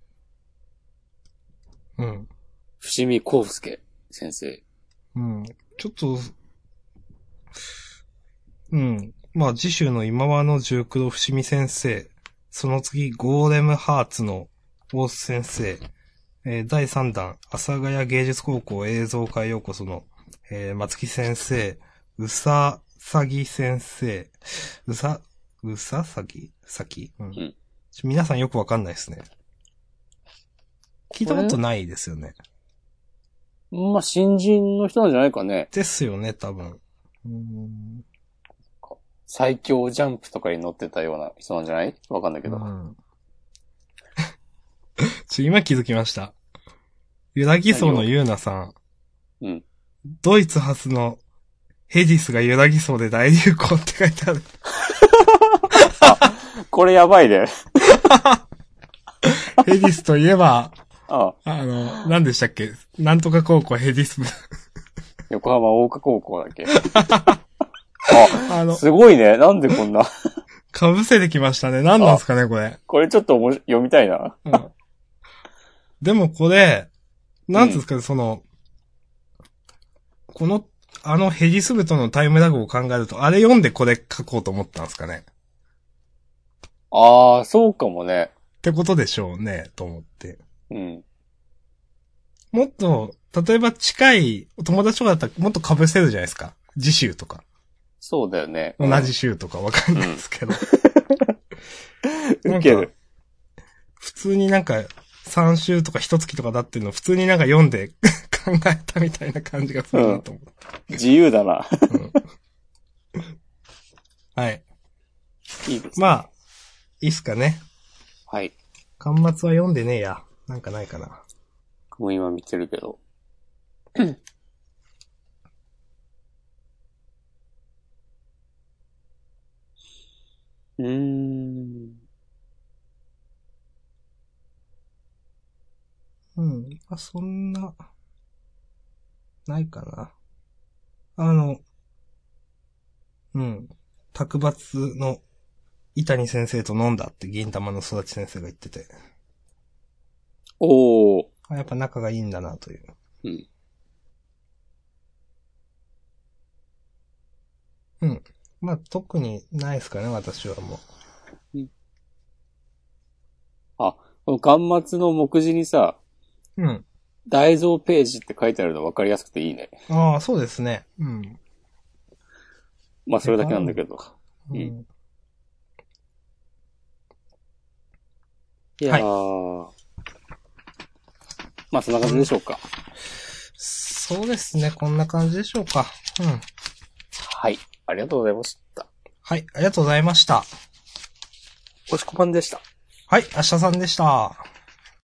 B: うん。
A: 伏見康介先生。
B: うん。ちょっと、うん。まあ次週の今和の重九郎伏見先生、その次ゴーレムハーツの大須先生、えー第3弾、阿佐ヶ谷芸術高校映像科へようこその、えー松木先生、うさ、さぎ先生、うさ、うささぎさき、うん
A: ん
B: 皆さんよくわかんないですね。聞いたことないですよね。
A: まあ、新人の人なんじゃないかね。
B: ですよね、多分。うーん
A: 最強ジャンプとかに乗ってたような人なんじゃないわかんないけど。
B: うん、 [LAUGHS] ちょ、今気づきました。ユダギソウのユーナさん。
A: うん。
B: ドイツ発のヘディスがユダギソウで大流行って書いてある。
A: [LAUGHS] これやばいね。 [LAUGHS]
B: ヘディスといえば、
A: ああ
B: あの、何でしたっけなんとか高校ヘディス部。
A: 横浜大岡高校だ
B: [LAUGHS]
A: っけ。あ、
B: あの、
A: すごいね。なんでこんな。
B: 被せてきましたね。何なんですかね、これ。
A: これちょっとおもし読みたいな。
B: うんでもこれ、なんつうんですかね、その、この、あのヘジスブとのタイムラグを考えると、あれ読んでこれ書こうと思ったんですかね。
A: ああ、そうかもね。
B: ってことでしょうね、と思って。
A: うん。
B: もっと、例えば近い友達とかだったらもっと被せるじゃないですか。次週とか。
A: そうだよね。
B: 同じ週とかわかんないですけど。
A: うん。ウケる。
B: 普通になんか、3週とか1月とかだっていうの普通になんか読んで [LAUGHS] 考えたみたいな感じがするなと思って
A: 自由だな。
B: はい。
A: いいです。
B: まあ、いいっすかね。
A: はい。
B: 巻末は読んでねえや。なんかないかな。
A: 僕も今見てるけ
B: [CLEARS THROAT]
A: ど。うーん。
B: うん。まあ、そんな、ないかな。あの、うん。卓抜の、伊谷先生と飲んだって銀玉の育ち先生が言ってて。
A: おー。
B: あやっぱ仲がいいんだなという。
A: うん。
B: うん。まあ、特にないですかね、私はも
A: この巻末の目次にさ、
B: う。うん。
A: 大蔵ページって書いてあるの分かりやすくていいね。
B: ああ、そうですね。うん。
A: まあそれだけなんだけど。う
B: う
A: んん。いやー。まあそんな感じでしょうか。
B: そうですね、こんな感じでしょうか。うん。
A: はい。ありがとうございました。
B: はい、ありがとうございました。
A: おしこまんでした。
B: はい、明日さんでした。